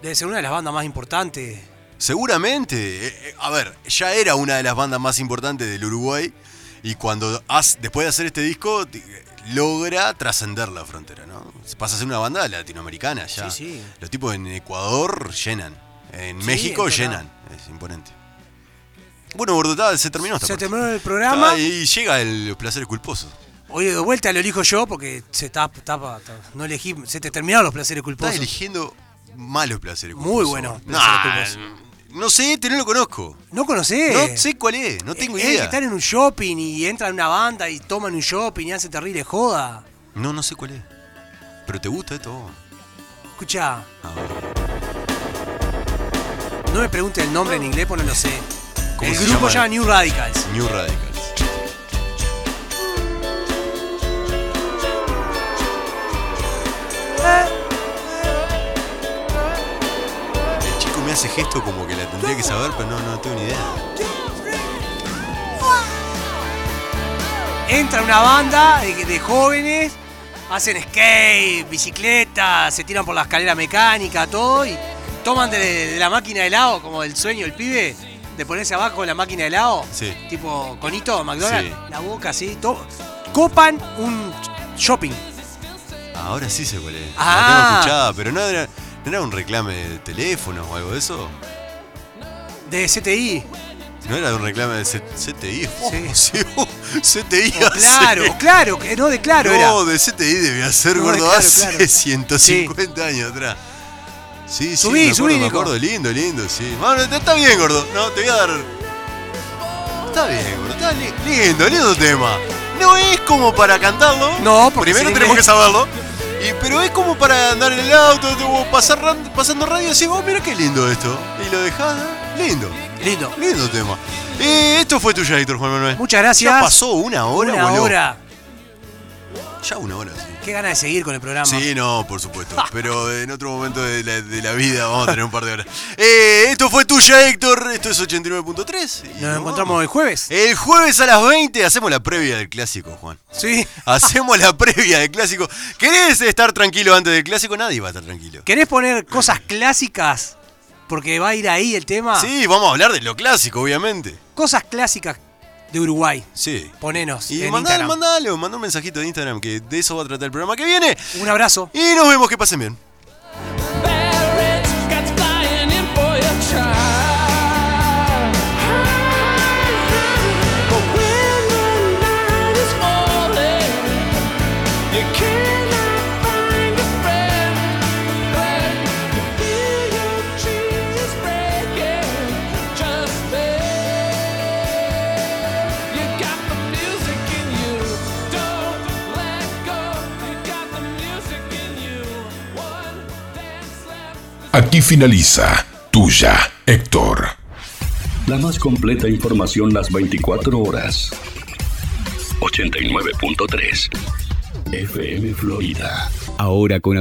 S2: debe ser una de las bandas más importantes.
S3: Seguramente. eh, eh, a ver, ya era una de las bandas más importantes del Uruguay. Y cuando haz- después de hacer este disco, ti- logra trascender la frontera, ¿no? Pasa a ser una banda latinoamericana ya.
S2: Sí, sí.
S3: Los tipos en Ecuador llenan. En
S2: Sí,
S3: México
S2: en todo
S3: llenan. Es imponente. Bueno, gordo, ta, se terminó esta
S2: Se
S3: parte.
S2: terminó el programa.
S3: Ta, Y llega el placer culposo.
S2: Hoy de vuelta lo elijo yo porque se tapa, tapa, tapa. no elegí, se te terminaron los placeres
S3: Estás
S2: culposos.
S3: eligiendo malos placeres
S2: Muy
S3: culposos.
S2: buenos
S3: No,
S2: placeres
S3: no sé, este no lo conozco.
S2: No conocés.
S3: No sé cuál es, no tengo
S2: Eh,
S3: idea.
S2: que están en un shopping y entran en una banda y toman un shopping y hacen terrible joda.
S3: No, no sé cuál es. Pero te gusta esto.
S2: Escucha,
S3: A ver,
S2: no me preguntes el nombre en inglés porque no lo sé.
S3: ¿Cómo
S2: El
S3: se
S2: grupo
S3: llama?
S2: se llama New Radicals.
S3: New Radicals. El chico me hace gesto como que la tendría que saber, pero no, no tengo ni idea.
S2: Entra una banda de, de jóvenes, hacen skate, bicicleta, se tiran por la escalera mecánica, todo, y toman de, de la máquina de helado, como el sueño del pibe, de ponerse abajo de la máquina de helado,
S3: Sí.
S2: tipo conito, McDonald's,
S3: Sí.
S2: la boca así, todo. copan un shopping.
S3: Ahora sí sé cuál es. La
S2: Ah.
S3: tengo escuchada, pero no era, no era un reclame de teléfono o algo de eso.
S2: De CTI.
S3: No era un reclame de C- CTI. Sí,
S2: Sí.
S3: oh, CTI.
S2: O
S3: hace-
S2: claro, o claro, que no de claro
S3: no,
S2: era.
S3: de CTI debía ser,
S2: No,
S3: gordo,
S2: claro,
S3: hace
S2: claro.
S3: 150 años atrás. Sí, sí,
S2: Subí,
S3: me acuerdo,
S2: subí,
S3: me
S2: Nico.
S3: acuerdo, lindo, lindo, sí. Bueno, está- está bien, gordo. No, te voy a dar. Está bien, gordo. Está li- lindo, lindo tema. No es como para cantarlo.
S2: No, porque
S3: Primero
S2: si
S3: tenemos
S2: le-
S3: que saberlo. Y, pero es como para andar en el auto, tipo, pasar ran- pasando radio y decir, oh, mira qué lindo esto. Y lo dejás, ¿eh? lindo.
S2: Lindo.
S3: Lindo tema. Eh, esto fue tuya, Héctor Juan Manuel.
S2: Muchas gracias.
S3: Ya pasó una hora,
S2: Una
S3: voló.
S2: hora.
S3: Ya una hora, sí.
S2: Qué ganas de seguir con el programa.
S3: Sí, no, por supuesto. Pero en otro momento de la, de la vida vamos a tener un par de horas. Eh, esto fue tuya, Héctor. Esto es 89.3. y
S2: Nos
S3: vamos.
S2: encontramos el jueves.
S3: El jueves a las 20 hacemos la previa del clásico, Juan.
S2: Sí.
S3: Hacemos la previa del clásico. ¿Querés estar tranquilo antes del clásico? Nadie va a estar tranquilo.
S2: ¿Querés poner cosas clásicas? Porque va a ir ahí el tema.
S3: Sí, vamos a hablar de lo clásico, obviamente.
S2: Cosas clásicas de Uruguay.
S3: Sí.
S2: Ponenos.
S3: Y
S2: en
S3: mandale,
S2: Instagram.
S3: mandale, o mandá un mensajito de Instagram que de eso va a tratar el programa que viene.
S2: Un abrazo.
S3: Y nos vemos, que pasen bien.
S8: Parrots got flying in for your child. But when the night is falling, you cannot find a friend. When you feel your dreams is breaking, just there. You got the music in you. Don't let go. You got the music in you. One dance left.
S9: Aquí finaliza Tuya, Héctor.
S10: La más completa información las 24 horas. 89.3 FM Florida.
S8: Ahora con